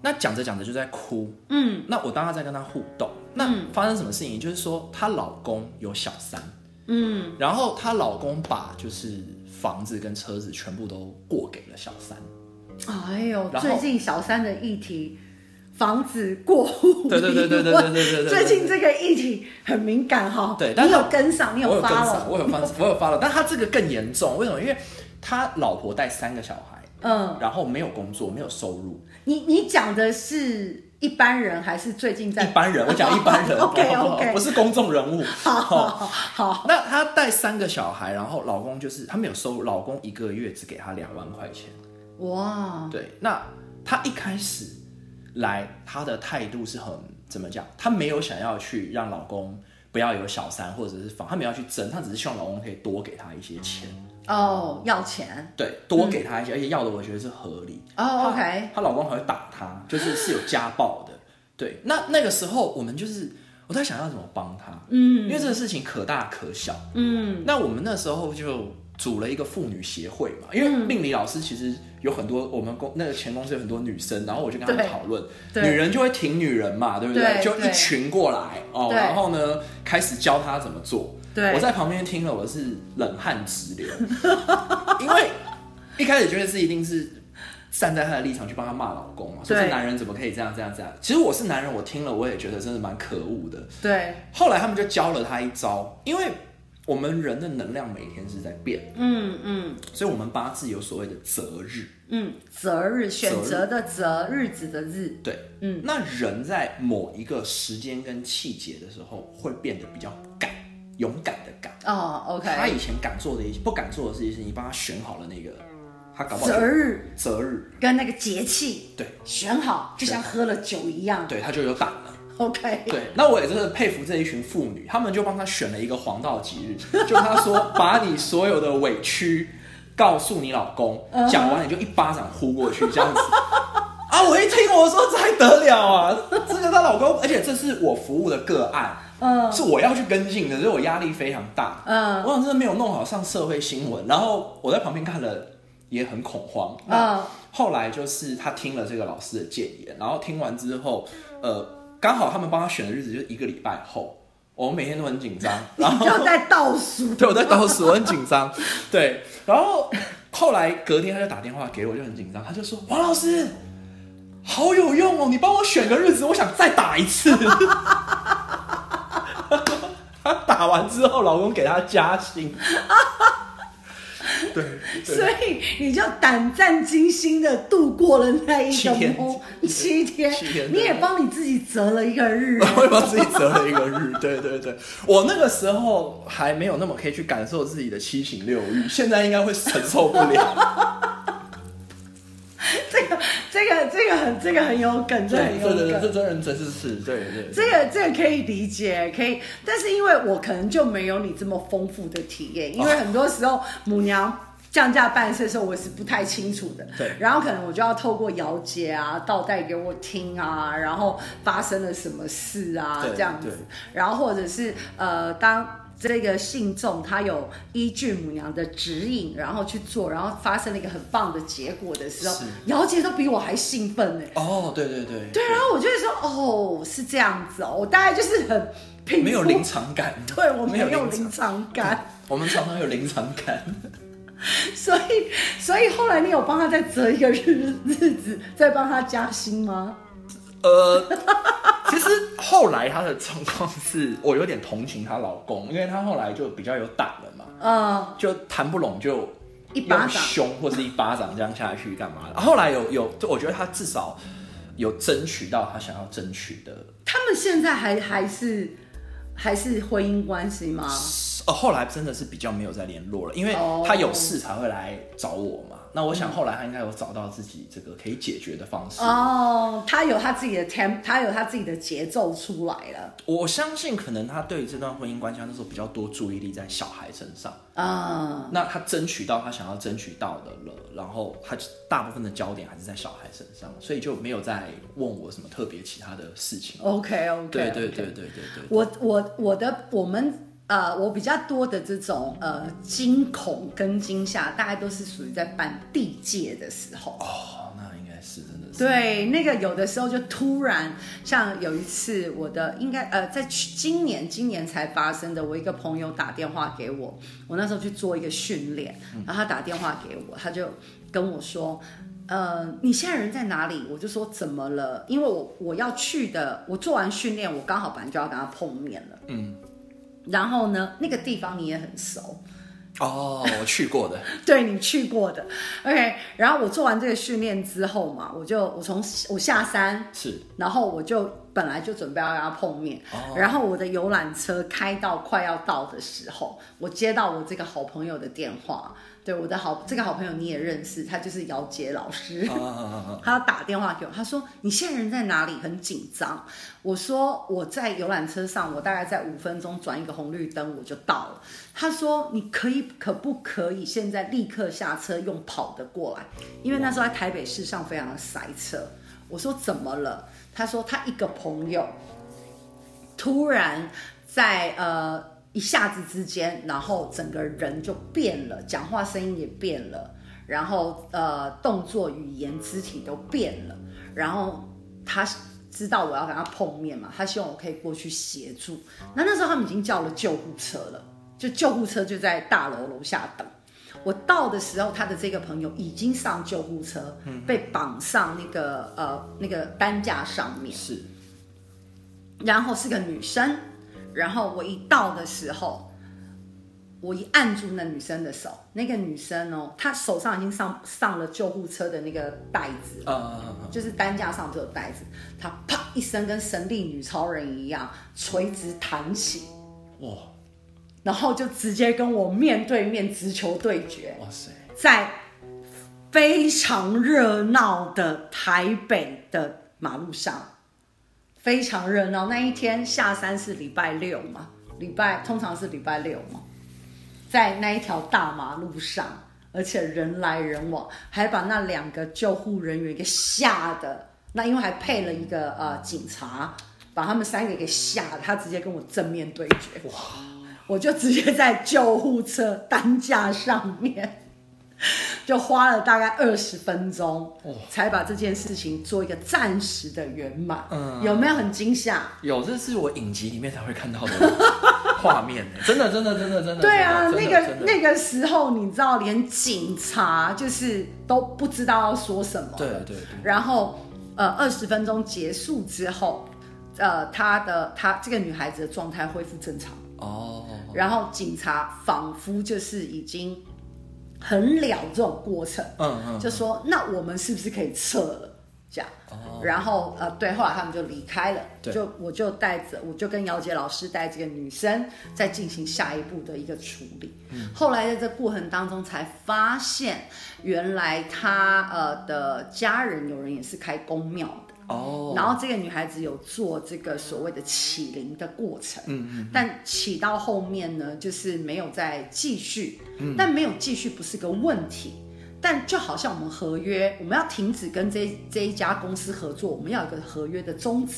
那讲着讲着就在哭，嗯，那我当他在跟她互动，那发生什么事情？就是说她老公有小三，嗯，然后她老公把就是房子跟车子全部都过给了小三，哎呦，然后最近小三的议题，房子过户，对对对对对对对对对对最近这个议题很敏感哈。对但你是有跟上，你我有跟发上，了，我有发，我有发了，但他这个更严重，为什么？因为他老婆带三个小孩，嗯，然后没有工作，没有收入，你你讲的是一般人还是最近在 一般人，我讲一般人 OK 好不好 OK，不是公众人物。好，好，那她带三个小孩，然后老公就是她没有收入，老公一个月只给她两万块钱。哇，对，那她一开始来，她的态度是很怎么讲？她没有想要去让老公不要有小三或者是房，她没有要去争，她只是希望老公可以多给她一些钱，哦，要钱，对，多给她一些，而且要的我觉得是合理。哦她，OK，她老公还会打她，就是是有家暴的。对，那那个时候我们就是我在想要怎么帮她，嗯，因为这个事情可大可小，嗯那我们那时候就组了一个妇女协会嘛，因为嗯命理老师其实有很多，我们公那个前公司有很多女生，然后我就跟他们对讨论，对女人就会挺女人嘛，对不对就对一群过来哦，对然后呢开始教她怎么做。对我在旁边听了，我是冷汗 直流，因为一开始觉得自己一定是站在她的立场去帮她骂老公嘛，说这对男人怎么可以这样这样这样。其实我是男人，我听了我也觉得真的蛮可恶的。对，后来他们就教了他一招，因为我们人的能量每天是在变，嗯嗯所以我们八字有所谓的择日。嗯，择日选择的择，日子的日，对，嗯，那人在某一个时间跟气节的时候，会变得比较敢，勇敢的敢。哦，OK，他以前敢做的一些不敢做的事情，是你帮他选好了那个，他搞不好就择日择日，跟那个节气对选好，就像喝了酒一样对，他就有胆了。 ，OK，对，那我也真的佩服这一群妇女，她们就帮她选了一个黄道吉日，就她 说把你所有的委屈告诉你老公，嗯讲完你就一巴掌呼过去这样子。啊！我一听我说这还得了啊！这个她老公，而且这是我服务的个案，嗯是我要去跟进的，所以我压力非常大。嗯我想真的没有弄好上社会新闻，然后我在旁边看了也很恐慌。那嗯后来就是他听了这个老师的建言，然后听完之后，呃，刚好他们帮他选的日子就是一个礼拜后，我们每天都很紧张，然 后就在倒数，对我在倒数，我很紧张，对，然后后来隔天他就打电话给我，就很紧张，他就说王老师。好有用哦！你帮我选个日子，我想再打一次。 他打完之后，老公给他加薪。对，对所以你就胆战心惊的度过了那一七个天摸七天七天，你也帮你自己择了一个 日我也帮自己择了一个日。对对对，我那个时候还没有那么可以去感受自己的七情六欲，现在应该会承受不了。这个这个这个很这个很有梗，这个很 对有对对对，梗这。真人真事是，对对对。这个这个可以理解，可以，但是因为我可能就没有你这么丰富的体验，因哦为很多时候母娘。降价办事的时候，我是不太清楚的。对然后可能我就要透过姚姐啊倒带给我听啊，然后发生了什么事啊对这样子对，然后或者是呃，当这个信众他有依据母娘的指引，然后去做，然后发生了一个很棒的结果的时候是，姚姐都比我还兴奋呢、哦，对对对，对，然后我就会说，哦，是这样子哦，我大概就是很平没有临，场感，对我没有临临场，场感，我们常常有临场感， 所以所以后来你有帮他再择一个日日子，再帮他加薪吗？ 呃。其实后来她的状况是，我有点同情她老公，因为她后来就比较有胆了嘛，呃，就谈不拢就一巴掌用凶或者一巴掌这样下去干嘛的？后来有有，就我觉得他至少有争取到他想要争取的。他们现在还还是还是婚姻关系吗？呃，后来真的是比较没有再联络了，因为哦嗯他有事才会来找我嘛。那我想后来他应该有找到自己这个可以解决的方式。哦，他有他自己的 temp，他有他自己的节奏出来了我相信可能他对这段婚姻关系，他那时候比较多注意力在小孩身上。啊、那他争取到他想要争取到的了，然后他大部分的焦点还是在小孩身上，所以就没有再问我什么特别其他的事情。 OK OK，对对对对对对，我我我的我们呃，我比较多的这种呃惊恐跟惊吓，大概都是属于在办地界的时候。哦，那应该是真的是。对，那个有的时候就突然，像有一次我的应该呃，在去今年今年才发生的，我一个朋友打电话给我，我那时候去做一个训练，然后他打电话给我，他就跟我说。呃，你现在人在哪里？我就说怎么了？因为我我要去的，我做完训练，我刚好本来就要跟他碰面了。嗯，然后呢，那个地方你也很熟， 哦，我去过的，对你去过的，OK。然后我做完这个训练之后嘛，我就我从我下山， 是然后我就本来就准备要跟他碰面，然后我的游览车开到快要到的时候，我接到我这个好朋友的电话，对我的好这个好朋友你也认识，他就是姚杰老师。啊啊啊啊！他打电话给我，他说你现在人在哪里？很紧张。我说我在游览车上，我大概在五分钟转一个红绿灯我就到了。他说你可以可不可以现在立刻下车用跑的过来？因为那时候在台北市上非常的塞车。我说怎么了？他说他一个朋友突然在呃一下子之间，然后整个人就变了，讲话声音也变了，然后呃，动作、语言、肢体都变了。然后他知道我要跟他碰面嘛，他希望我可以过去协助。那那时候他们已经叫了救护车了，就救护车就在大楼楼下等。我到的时候，他的这个朋友已经上救护车，被绑上那个呃那个担架上面。是然后是个女生，然后我一到的时候，我一按住那女生的手，那个女生哦，她手上已经上上了救护车的那个袋子了，啊啊啊！就是担架上不是有袋子，她啪一声跟神力女超人一样垂直弹起，哇然后就直接跟我面对面直球对决，哇塞，在非常热闹的台北的马路上，非常热闹。那一天下山是礼拜六嘛，礼拜通常是礼拜六嘛，在那一条大马路上，而且人来人往，还把那两个救护人员给吓的。那因为还配了一个呃警察，把他们三个给吓的，他直接跟我正面对决。我就直接在救护车担架上面，就花了大概二十分钟，哦才把这件事情做一个暂时的圆满。嗯有没有很惊吓？有这是我影集里面才会看到的 画面呢，真的真的真的真的。对啊，真的那真个的那个时候，你知道，连警察就是都不知道要说什么。对对对，然后呃，二十分钟结束之后，呃，她的她这个女孩子的状态恢复正常。哦，然后警察仿佛就是已经很了这种过程，嗯嗯，就说那我们是不是可以撤了？这样，然后呃，对，后来他们就离开了，哦对就我就带着，我就跟姚杰老师带这个女生再进行下一步的一个处理。嗯后来在这过程当中才发现，原来她呃的家人有人也是开公庙的。哦，然后这个女孩子有做这个所谓的起灵的过程，嗯嗯，但起到后面呢，就是没有再继续，嗯，但没有继续不是个问题，但就好像我们合约，我们要停止跟这这一家公司合作，我们要有一个合约的宗旨，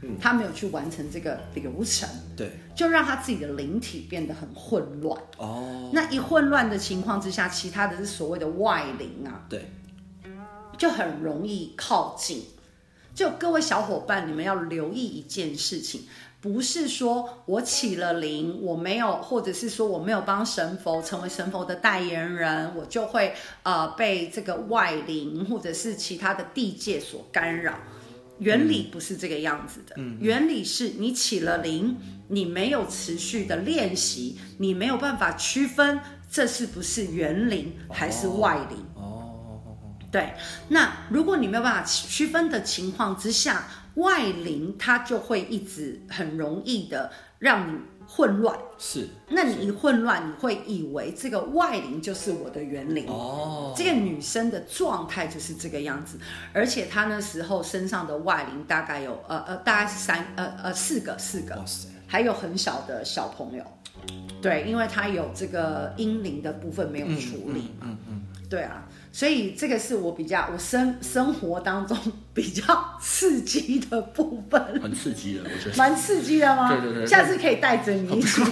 嗯，他没有去完成这个流程，对，就让他自己的灵体变得很混乱。哦，那一混乱的情况之下，其他的是所谓的外灵啊，对，就很容易靠近。就各位小伙伴，你们要留意一件事情，不是说我起了灵，我没有，或者是说我没有帮神佛成为神佛的代言人，我就会呃被这个外灵或者是其他的地界所干扰。原理不是这个样子的，原理是你起了灵，你没有持续的练习，你没有办法区分这是不是园灵还是外灵。哦，对，那如果你没有办法区分的情况之下，外灵它就会一直很容易的让你混乱。是，那你一混乱，你会以为这个外灵就是我的园灵。哦，这个女生的状态就是这个样子，而且她那时候身上的外灵大概有呃呃大概是三呃呃四个四个，哇塞，还有很小的小朋友，对，因为他有这个阴灵的部分没有处理嗯嘛，对啊，所以这个是我比较我生生活当中 比较刺激的部分，很刺激的，我觉得。蛮刺激的吗？对对对对下次可以带着你一起，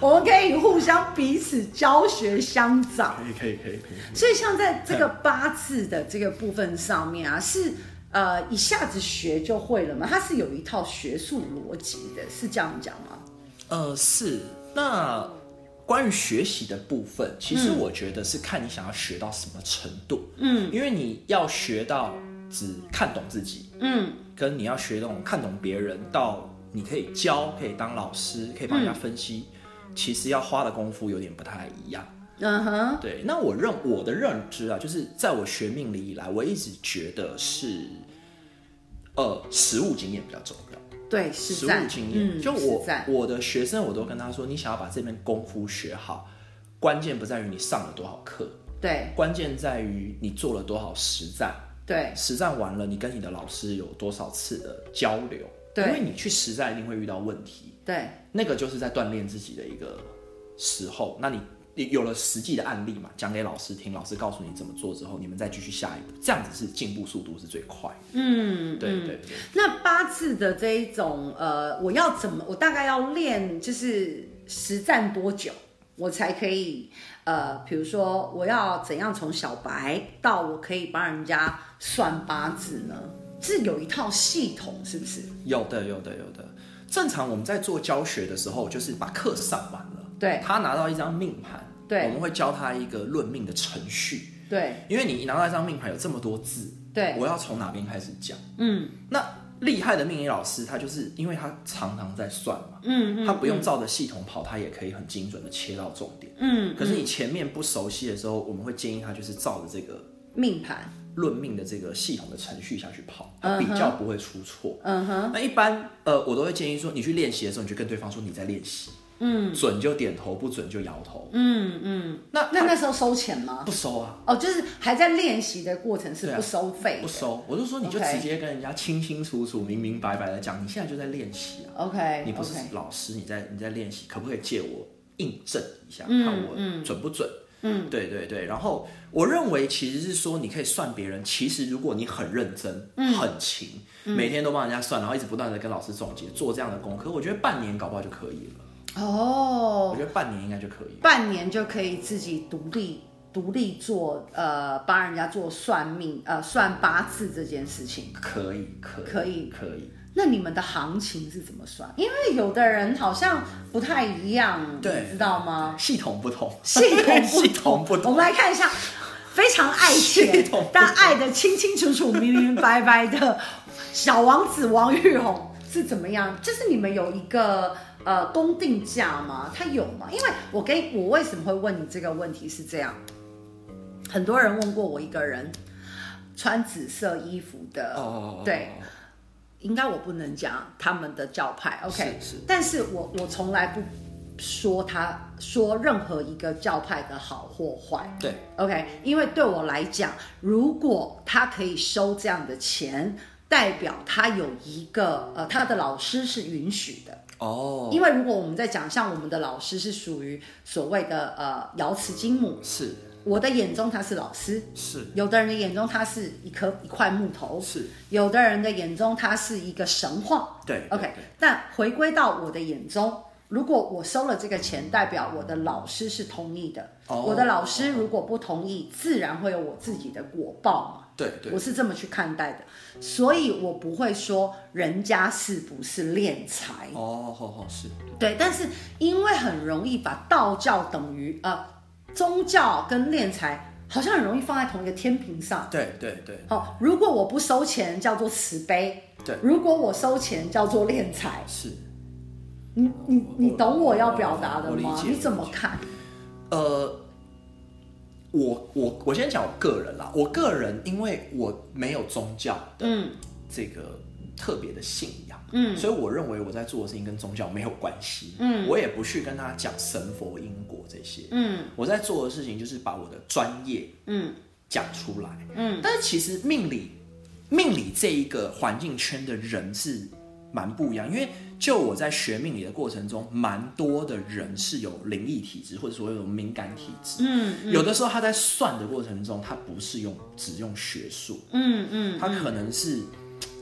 我们可以互相彼此教学相长。可以可以可以可以，所以像在这个八字的这个部分上面啊，是呃一下子学就会了吗？它是有一套学术逻辑的，是这样讲吗？呃，是。那关于学习的部分，其实我觉得是看你想要学到什么程度。嗯，因为你要学到只看懂自己，嗯跟你要学那种看懂别人，到你可以教，可以当老师，可以帮人家分析，其实要花的功夫有点不太一样。嗯哼，对，那我认我的认知啊，就是在我学命理以来，我一直觉得是，呃，实物经验比较重要。对，实实务战经验。嗯、就我实战我的学生，我都跟他说，你想要把这门功夫学好，关键不在于你上了多少课，对关键在于你做了多少实战。对实战完了，你跟你的老师有多少次的交流？对因为你去实战一定会遇到问题，对那个就是在锻炼自己的一个时候。那你你有了实际的案例嘛，讲给老师听，老师告诉你怎么做之后，你们再继续下一步，这样子是进步速度是最快的。嗯，对对对。那八字的这一种，呃，我要怎么？我大概要练就是实战多久，我才可以？呃，比如说我要怎样从小白到我可以帮人家算八字呢？是有一套系统，是不是？有的，有的，有的。正常我们在做教学的时候，就是把课上完了，对他拿到一张命盘，对我们会教他一个论命的程序，对因为你拿到一张命盘有这么多字，对，我要从哪边开始讲？嗯那厉害的命理老师，他就是因为他常常在算嘛，嗯嗯，他不用照着系统跑，他也可以很精准的切到重点。嗯，可是你前面不熟悉的时候，我们会建议他就是照着这个命盘，论命的这个系统的程序下去跑，嗯它哼比较不会出错。嗯哼，那一般呃，我都会建议说，你去练习的时候，你就跟对方说你在练习，嗯，准就点头，不准就摇头。嗯嗯。那那那那时候收钱吗？不收啊，哦，就是还在练习的过程是对啊不收费的、不收。我就说你就 OK 直接跟人家清清楚楚、明明白白的讲，你现在就在练习啊， OK，你不是 OK 老师，你在你在练习，可不可以借我印证一下，嗯看我准不准？嗯，对对对。然后我认为其实是说，你可以算别人。其实如果你很认真、嗯很勤，每天都帮人家算，然后一直不断的跟老师总结，做这样的功课，我觉得半年搞不好就可以了。我哦，觉得半年应该就可以了。半年就可以自己独立独立做呃，帮人家做算命呃算八字这件事情。可以，可以，可以可以。那你们的行情是怎么算？因为有的人好像不太一样，对你知道吗？系统不同，啊系统不系统不我同们。来看一下，非常爱系钱统不同，但爱的清清楚楚、明明白白的小王子王玉红是怎么样？就是你们有一个呃公定价吗？他有吗？因为我跟我为什么会问你这个问题是这样，很多人问过我一个人穿紫色衣服的，哦，对，应该我不能讲他们的教派，OK，是是但是我我从来不说他说任何一个教派的好或坏对， ，OK，因为对我来讲，如果他可以收这样的钱，代表他有一个呃，他的老师是允许的，哦，因为如果我们在讲，像我们的老师是属于所谓的呃瑶池金母，是我的眼中他是老师，是有的人的眼中他是一颗一块木头，是，有的人的眼中，它是一个神话。对 OK，对但回归到我的眼中，如果我收了这个钱，代表我的老师是同意的。哦我的老师如果不同意，自然会有我自己的果报嘛。对对我是这么去看待的，所以我不会说人家是不是敛财。哦，好好是，对，但是因为很容易把道教等于呃宗教跟敛财，好像很容易放在同一个天平上。对对对好、哦如果我不收钱，叫做慈悲；对如果我收钱，叫做敛财。是。你你你懂我要表达我的我理吗？解你怎么看？呃，我我我先讲我个人啦，我个人因为我没有宗教的嗯这个特别的信仰，嗯所以我认为我在做的事情跟宗教没有关系，嗯我也不去跟他讲神佛因果这些，嗯我在做的事情就是把我的专业嗯讲出来，嗯但是其实命理命理这一个环境圈的人是蛮不一样，因为就我在学命理的过程中，蛮多的人是有灵异体质或者所谓的敏感体质。嗯嗯有的时候他在算的过程中，他不是用只用学术，嗯嗯他可能是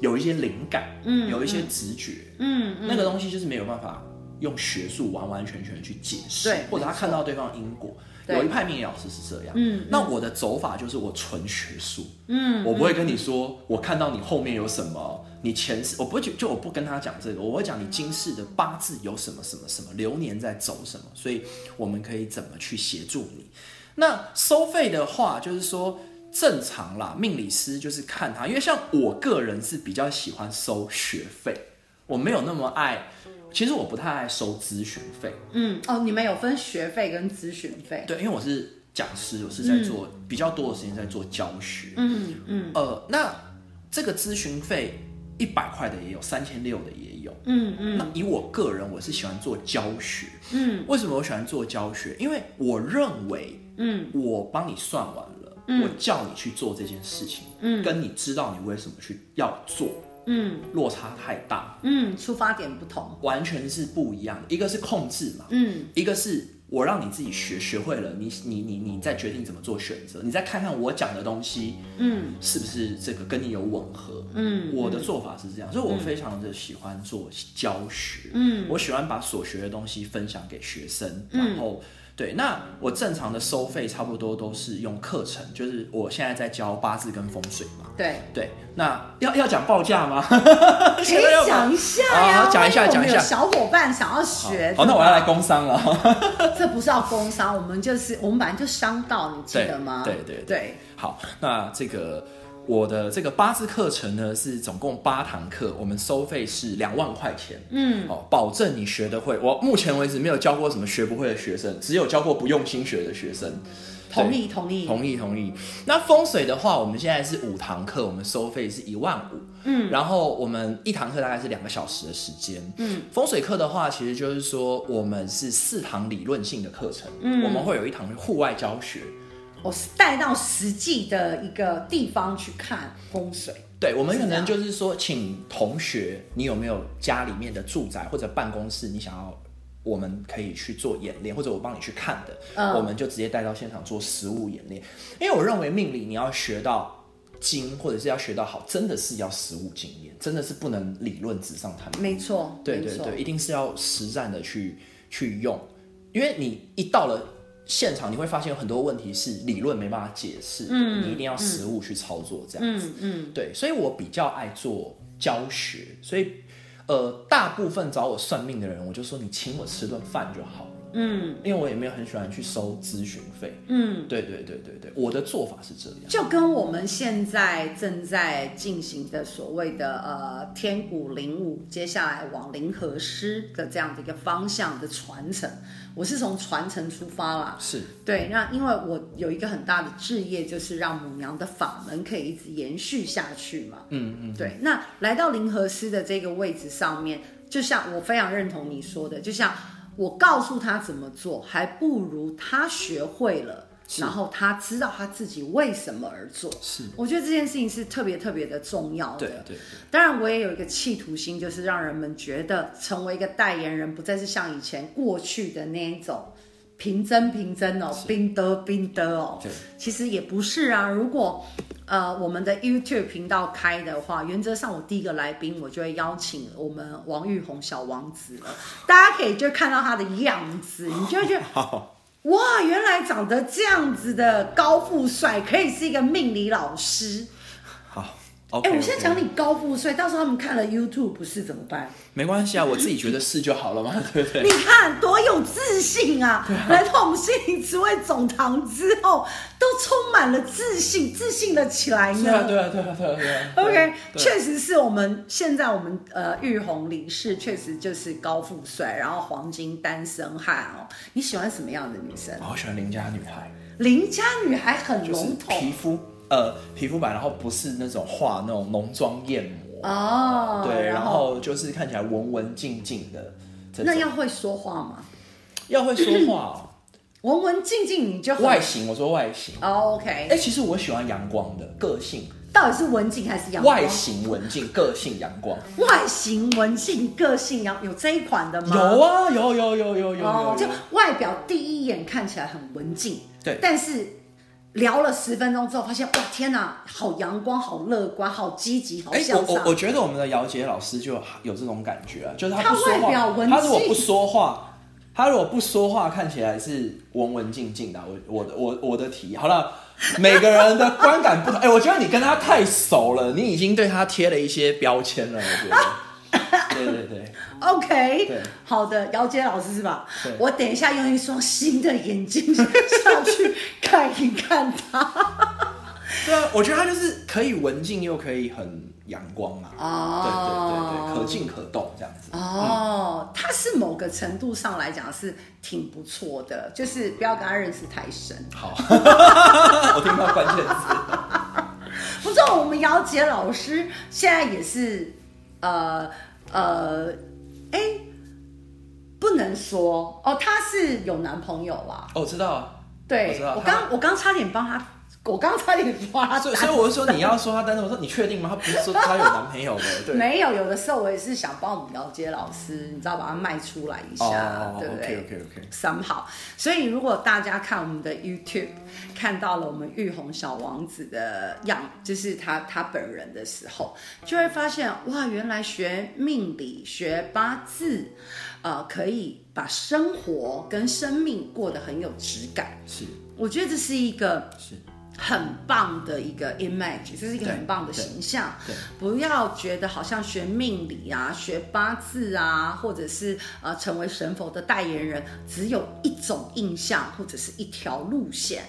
有一些灵感，嗯有一些直觉，嗯嗯那个东西就是没有办法用学术完完全全地去解释对，或者他看到对方的因果。对有一派命理老师是这样，嗯那我的走法就是我纯学术，嗯我不会跟你说，我看到你后面有什么，你前世，我不会就就我不跟他讲这个，我会讲你今世的八字有什么什么什么，流年在走什么，所以我们可以怎么去协助你。那收费的话，就是说正常啦，命理师就是看他，因为像我个人是比较喜欢收学费，我没有那么爱，其实我不太爱收咨询费，嗯哦，你们有分学费跟咨询费？对，因为我是讲师，我是在做、比较多的时间在做教学，嗯嗯呃，那这个咨询费一百块的也有，三千六的也有。嗯嗯那以我个人，我是喜欢做教学。嗯为什么我喜欢做教学？因为我认为嗯我帮你算完了，我叫你去做这件事情，嗯跟你知道你为什么去要做，嗯落差太大，嗯，出发点不同。完全是不一样的。一个是控制嘛，嗯一个是我让你自己学，学会了，你你你你再决定怎么做选择，你再看看我讲的东西，嗯，是不是这个跟你有吻合？嗯，我的做法是这样，所以我非常的喜欢做教学，嗯，我喜欢把所学的东西分享给学生，然后。对，那我正常的收费差不多都是用课程，就是我现在在教八字跟风水嘛。 对，对，那要要讲报价吗？可以讲一啊下呀好，好讲一下万一我讲们一下有小伙伴想要学，好，那我要来工商了。 这不是要工伤，我们就是我们本来就伤到，你记对得吗？对对对，好，那这个我的这个八字课程呢，是总共八堂课，我们收费是两万块钱。嗯，哦，保证你学得会。我目前为止没有教过什么学不会的学生，只有教过不用心学的学生。同对意同意。同意同意。那风水的话，我们现在是五堂课，我们收费是一万五。嗯，然后我们一堂课大概是两个小时的时间。嗯，风水课的话，其实就是说我们是四堂理论性的课程，嗯，我们会有一堂户外教学。我是带到实际的一个地方去看风水，对，我们是可这样能就是说，请同学，你有没有家里面的住宅或者办公室，你想要我们可以去做演练，或者我帮你去看的，嗯我们就直接带到现场做实物演练。因为我认为命理你要学到精，或者是要学到好，真的是要实物经验，真的是不能理论纸上谈兵。没错，对没对错对，一定是要实战的去去用，因为你一到了现场，你会发现有很多问题是理论没办法解释的，嗯你一定要实物去操作这样子。嗯对，所以我比较爱做教学，所以呃，大部分找我算命的人，我就说你请我吃顿饭就好了。嗯，因为我也没有很喜欢去收咨询费。嗯，对对对对对，我的做法是这样。就跟我们现在正在进行的所谓的呃天谷灵武，接下来往灵和师的这样的一个方向的传承，我是从传承出发啦。是，对，那因为我有一个很大的志业，就是让母娘的法门可以一直延续下去嘛。嗯嗯，对，那来到灵和师的这个位置上面，就像我非常认同你说的，就像我告诉他怎么做，还不如他学会了，是然后他知道他自己为什么而做。是，我觉得这件事情是特别特别的重要的。对对对，当然，我也有一个企图心，就是让人们觉得成为一个代言人，不再是像以前过去的那一种平真平真哦，冰得冰得哦对。其实也不是啊。如果呃我们的 YouTube 频道开的话，原则上我第一个来宾我就会邀请我们王玉红小王子了，大家可以就看到他的样子，你就会 觉得好，哇，原来长得这样子的高富帅可以是一个命理老师。好，OK，哎、我现在讲你高富帅，到时候他们看了 YouTube 不是怎么办？没关系啊，我自己觉得是就好了 嘛，对不对？你看多有自信啊！来到我们心灵职位总堂之后，都充满了自信，自信了起来呢。对啊，对啊，对啊，对啊，对啊。 OK，对确实是我们现在我们呃玉红李氏确实就是高富帅，然后黄金单身汉哦。你喜欢什么样的女生？我好喜欢邻家女孩，邻家女孩很就是笼统、皮肤呃皮肤白，然后不是那种画那种浓妆艳抹，哦。对，然然后后就是看起来文文静静的这那种。要会说话吗？要 会说话文文静静你就哦，很外形我说外形，哦，OK，哎，其实我喜欢阳光的个性，到底是文静还是阳光？外形文静，个性阳光。外形、文静、个性阳，有这一款的吗？有啊，有有有有有哦有，就有，外表第一眼看起来很文静，对但是聊了十分钟之后，发现哇，天哪，好阳光，好乐观，好积极，好哎、向我我我上。觉得我们的姚杰老师就有这种感觉啊，就是他不说外表话，文他如果静不说话，他如果不说话，看起来是文文静静的啊。我我的我我的题好了，每个人的观感不同。哎、 我觉得你跟他太熟了，你已经对他贴了一些标签了。我觉得，对对对， OK，对好的，姚杰老师是吧对？我等一下用一双新的眼睛 上去看一看他。对啊，我觉得他就是可以文静又可以很阳光嘛。对对对对，可进可动这样子。哦，他是某个程度上来讲是挺不错的，就是不要跟他认识太深。好， 我听到关键词。不错，我们姚杰老师现在也是，呃呃，哎，不能说哦，她是有男朋友啦。哦，我知道啊。对我知道，我她刚我刚差点帮她我刚差点说他啊所以所以我就说你要说她单身，我说你确定吗？她不是说她有男 朋友吗？对，没有，有的时候我也是想帮我们了解老师，你知道把它卖出来一下，哦对不对 OK，OK，OK 三好，所以如果大家看我们的 YouTube 看到了我们玉红小王子的样，就是他他本人的时候，就会发现哇，原来学命理、学八字，呃，可以把生活跟生命过得很有质感。是我觉得这是一个是，很棒的一个 image，这是一个对很棒的对形象对。不要觉得好像学命理啊、学八字啊，或者是呃成为神佛的代言人，只有一种印象或者是一条路线。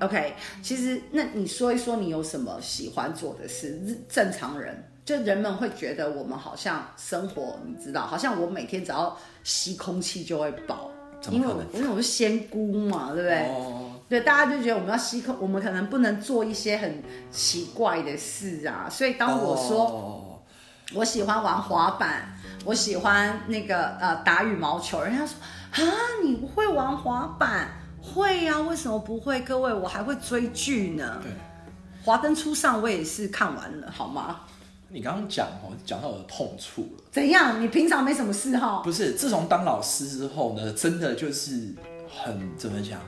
OK，其实那你说一说你有什么喜欢做的事？日正常人。就人们会觉得我们好像生活，你知道，好像我每天只要吸空气就会饱，怎么因为可我能因为我是仙姑嘛，对不对？哦，对，大家就觉得我们要吸口，我们可能不能做一些很奇怪的事啊。所以哦当我说、说我喜欢玩滑板，我喜欢那个呃打羽毛球，人家说啊你不会玩滑板？会呀、为什么不会？各位，我还会追剧呢。对。 《华灯初上》我也是看完了，好吗？你刚刚讲哦，讲到我的痛处了。怎样？你平常没什么嗜好？不是，自从当老师之后呢，真的就是很怎么讲？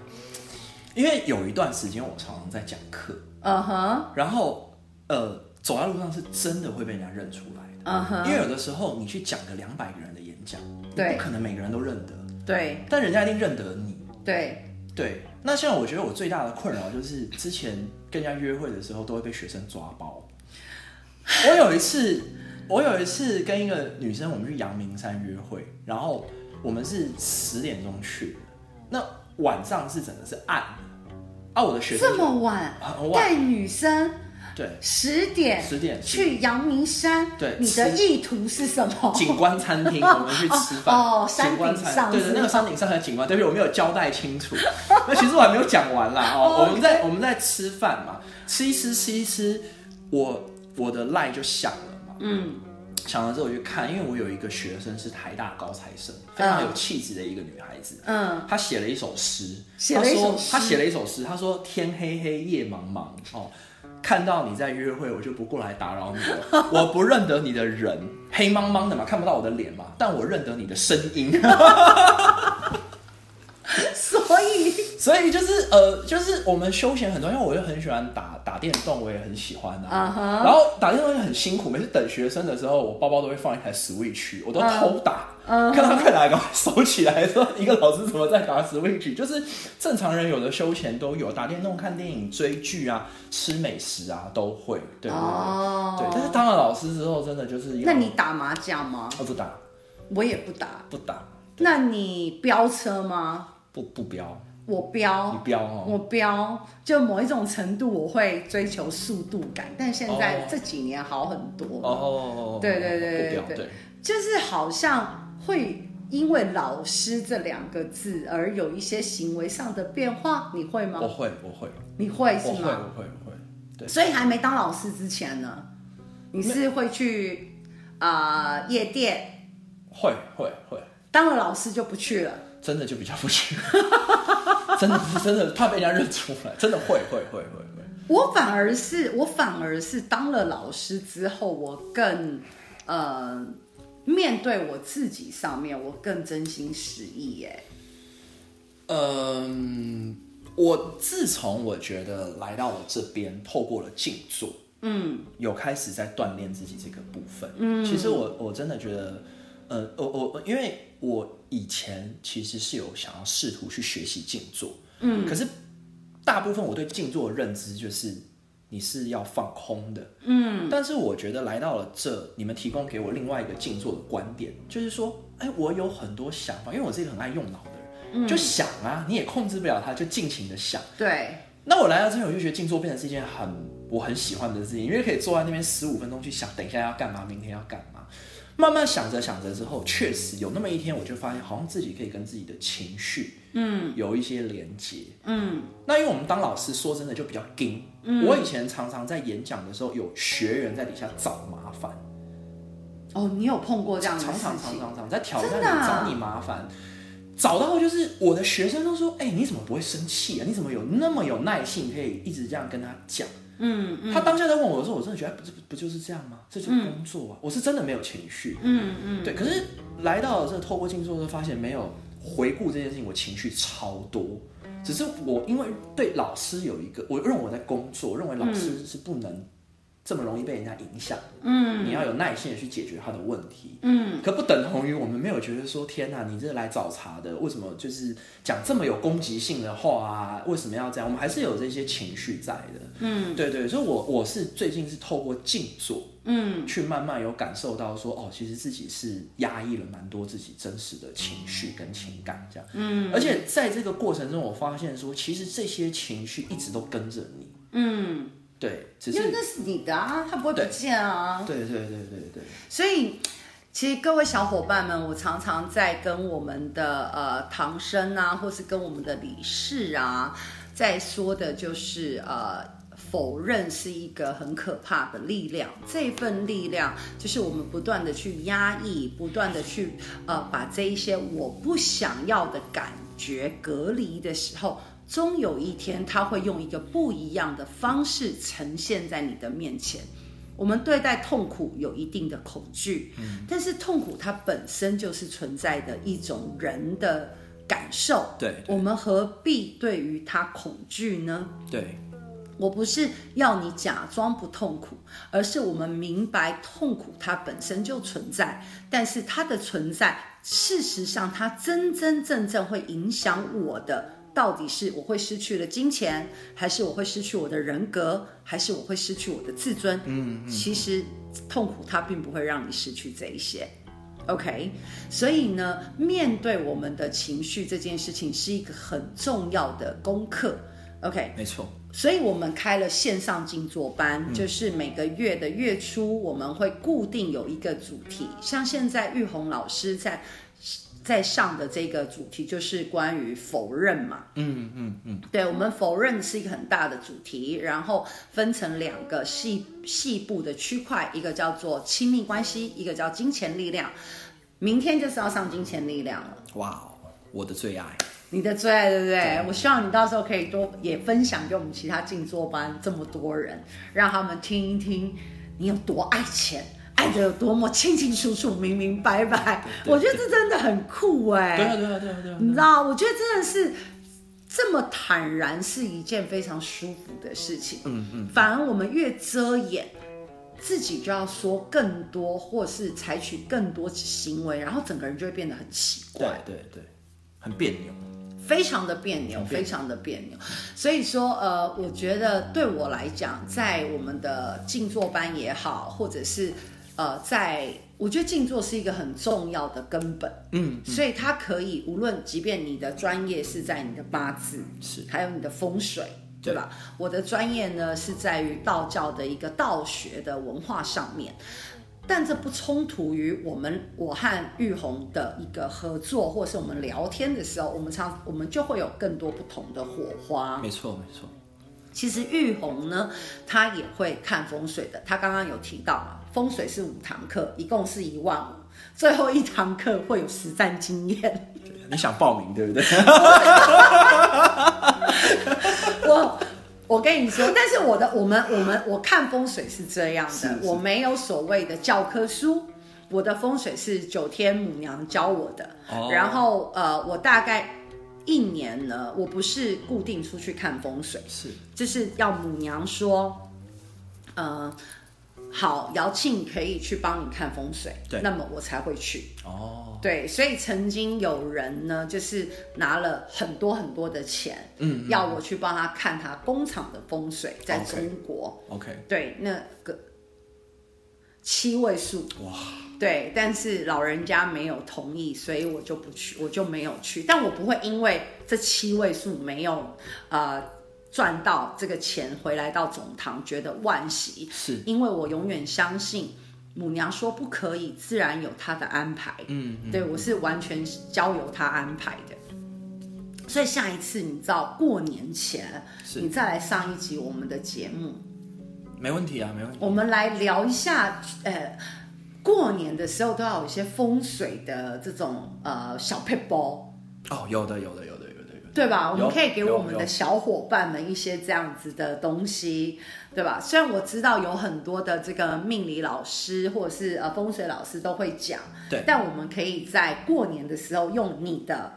因为有一段时间我常常在讲课，嗯哼，然后呃，走在路上是真的会被人家认出来的。嗯哼，因为有的时候你去讲个两百个人的演讲，对你不可能每个人都认得，对但人家一定认得你。对，对，那像我觉得我最大的困扰就是之前跟人家约会的时候都会被学生抓包。我有一次，我有一次跟一个女生，我们去阳明山约会，然后我们是十点钟去的，那晚上是整个是暗的，啊，我的学生这就么晚很晚带女生对十点十点去阳明山，对你的意图是什么？景观餐厅，我们去吃饭。哦哦景山观顶餐上对是对，吗那个山顶上还有景观，对不起，我没有交代 清楚。那其实我还没有讲完啦。哦，我们在我们在吃饭嘛，吃一吃吃一吃，我我的赖就响了嘛。嗯，响了之后我就看，因为我有一个学生是台大高材生，非常有气质的一个女孩子。嗯，她写了一首诗，写了一首她说诗她写了一首诗，她说天黑黑夜茫茫哦，看到你在约会，我就不过来打扰你 了。我不认得你的人，黑茫茫的嘛，看不到我的脸嘛，但我认得你的声音。 所以所以就是呃，就是我们休闲很多，因为我又很喜欢打打电动，我也很喜欢啊。啊哈然后打电动也很辛苦，每次等学生的时候，我包包都会放一台 Switch，我都偷打啊看到他快打，赶快收起来。说一个老师怎么在打 Switch？就是正常人有的休闲都有，打电动、看电影、追剧啊、吃美食啊都会， 对对对。哦对，但是当了老师之后，真的就是要那你打麻将吗？哦不打我也不打。不打那你飙车吗？不不飙，我你飙，飙哦。我飙，就某一种程度我会追求速度感，但现在哦这几年好很多了。哦，对对对不飙对对。就是好像会因为“老师”这两个字而有一些行为上的变化，你会吗我？会，我会，你会我是哦会，吗？我会，我会。对，所以还没当老师之前呢，你是会去啊、呃夜店，会会会，当了老师就不去了。真的就比较不去，真的真的怕被人家认出来，真的会会会会会。我反而是我反而是当了老师之后，我更呃面对我自己上面，我更真心实意耶。嗯，我自从我觉得来到我这边，透过了静坐，嗯，有开始在锻炼自己这个部分。嗯，其实我我真的觉得，呃，我我我因为我以前其实是有想要试图去学习静坐，嗯，可是大部分我对静坐的认知就是你是要放空的，嗯，但是我觉得来到了这，你们提供给我另外一个静坐的观点，就是说，哎，我有很多想法，因为我是一个很爱用脑的人，就想啊，你也控制不了它，就尽情的想。对，那我来到这边，我就觉得静坐变成是一件很我很喜欢的事情，因为可以坐在那边十五分钟去想，等一下要干嘛，明天要干嘛。慢慢想着想着之后，确实有那么一天，我就发现好像自己可以跟自己的情绪，嗯，有一些连接，嗯。那因为我们当老师，说真的就比较硬。嗯我以前常常在演讲的时候，有学员在底下找麻烦，哦，你有碰过这样的常事情？常常常常在挑战真的你，啊找你麻烦。找到就是我的学生都说，哎、你怎么不会生气啊？你怎么有那么有耐性，可以一直这样跟他讲？嗯他当下在问我的时候，我真的觉得哎不是不就是这样吗？这就是工作啊，我是真的没有情绪。嗯嗯，对，可是来到了这透过静坐之后，发现没有回顾这件事情，我情绪超多。只是我因为对老师有一个，我认为我在工作，我认为老师是不能这么容易被人家影响。嗯，你要有耐心的去解决他的问题。嗯，可不等同于我们没有觉得说，天哪、你这来找茬的，为什么就是讲这么有攻击性的话啊？为什么要这样？我们还是有这些情绪在的。嗯，对对，所以我我是最近是透过静坐，嗯去慢慢有感受到说，哦，其实自己是压抑了蛮多自己真实的情绪跟情感这样。嗯，而且在这个过程中，我发现说，其实这些情绪一直都跟着你。嗯，对，只是因为那是你的啊，它不会不对见啊。对对对对对，所以，其实各位小伙伴们，我常常在跟我们的呃唐生啊，或是跟我们的理事啊，在说的就是呃，否认是一个很可怕的力量。这份力量就是我们不断的去压抑，不断的去呃，把这一些我不想要的感觉隔离的时候。终有一天，它会用一个不一样的方式呈现在你的面前。我们对待痛苦有一定的恐惧，嗯但是痛苦它本身就是存在的一种人的感受。对我们何必对于它恐惧呢？对我不是要你假装不痛苦，而是我们明白痛苦它本身就存在，但是它的存在，事实上它真真正正会影响我的。到底是我会失去了金钱，还是我会失去我的人格，还是我会失去我的自尊？嗯，其实痛苦它并不会让你失去这一些。OK，所以呢，面对我们的情绪这件事情是一个很重要的功课。OK，没错。所以我们开了线上静坐班，就是每个月的月初，我们会固定有一个主题，像现在玉红老师在在上的这个主题就是关于否认嘛，嗯嗯嗯，对我们否认是一个很大的主题，然后分成两个细细部的区块，一个叫做亲密关系，一个叫金钱力量。明天就是要上金钱力量了。哇哦，我的最爱。你的最爱，对不对？我希望你到时候可以多也分享给我们其他静坐班这么多人，让他们听一听你有多爱钱，爱的有多么清清楚楚、明明白白。我觉得这真的很酷哎、对啊对啊对啊对啊。你知道，我觉得真的是这么坦然是一件非常舒服的事情。嗯嗯，反而我们越遮掩，自己就要说更多，或是采取更多行为，然后整个人就会变得很奇怪对。对对，很别扭。非常的别扭，非常的别扭。所以说，呃，我觉得对我来讲，在我们的静坐班也好，或者是呃，在我觉得静坐是一个很重要的根本。嗯，所以它可以无论，即便你的专业是在你的八字，是还有你的风水。对吧？我的专业呢是在于道教的一个道学的文化上面，但这不冲突于我们我和玉红的一个合作，或是我们聊天的时候，我们常我们就会有更多不同的火花。没错没错。其实玉红呢，她也会看风水的。她刚刚有提到嘛，风水是五堂课，一共是一万五，最后一堂课会有实战经验。你想报名 对不对？我我跟你说，但是我的我们我们我看风水是这样的，是是我没有所谓的教科书。我的风水是九天母娘教我的，哦然后呃，我大概一年呢，我不是固定出去看风水，是就是要母娘说，呃，好，姚庆可以去帮你看风水，对那么我才会去。哦，对，所以曾经有人呢，就是拿了很多很多的钱，嗯，要我去帮他看他工厂的风水，在 OK 中国 OK，对，那个七位数，哇，对，但是老人家没有同意，所以我就不去，我就没有去。但我不会因为这七位数没有呃赚到这个钱回来到总堂，觉得惋惜，是因为我永远相信母娘说不可以，自然有她的安排。嗯，对我是完全交由她安排的。所以下一次你知道过年前，是你再来上一集我们的节目，没问题啊，没问题。我们来聊一下，呃，过年的时候都要有一些风水的这种呃小 p e 哦，有的，有的，有的，有的，有的，对吧？我们有可以给有我们有的小伙伴们一些这样子的东西，对吧？虽然我知道有很多的这个命理老师或者是呃风水老师都会讲，对但我们可以在过年的时候用你的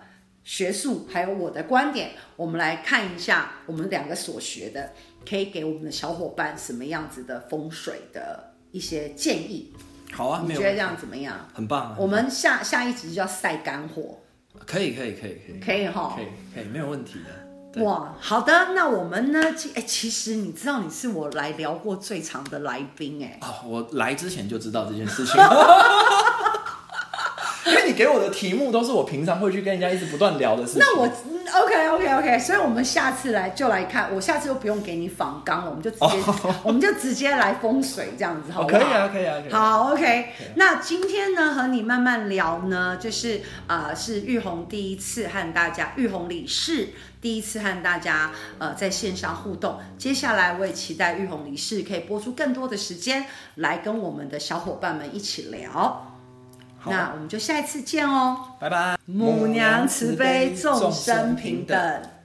学术还有我的观点，我们来看一下我们两个所学的，可以给我们的小伙伴什么样子的风水的一些建议。好啊，你没有觉问得题，这样怎么样？很棒啊，我们下下一集就要晒干货，可以，可以，可以，可以，可以哈？可以，可以，没有问题的。对哇，好的，那我们呢？其哎、其实你知道你是我来聊过最长的来宾哎、哦，我来之前就知道这 件事情， 因为你给我的题目都是我平常会去跟人家一直不断聊的事情。那我 OK OK OK，所以我们下次来就来看，我下次就不用给你仿纲了，我们就直接、 我们就直接来风水这样子，好哦不好？可以啊，可以啊，可以啊。好，OK。那今天呢，和你慢慢聊呢，就是呃，是玉红第一次和大家，玉红理事第一次和大家呃在线上互动。接下来我也期待玉红理事可以播出更多的时间来跟我们的小伙伴们一起聊。好啊那我们就下一次见哦。拜拜。母娘慈悲，众生平等。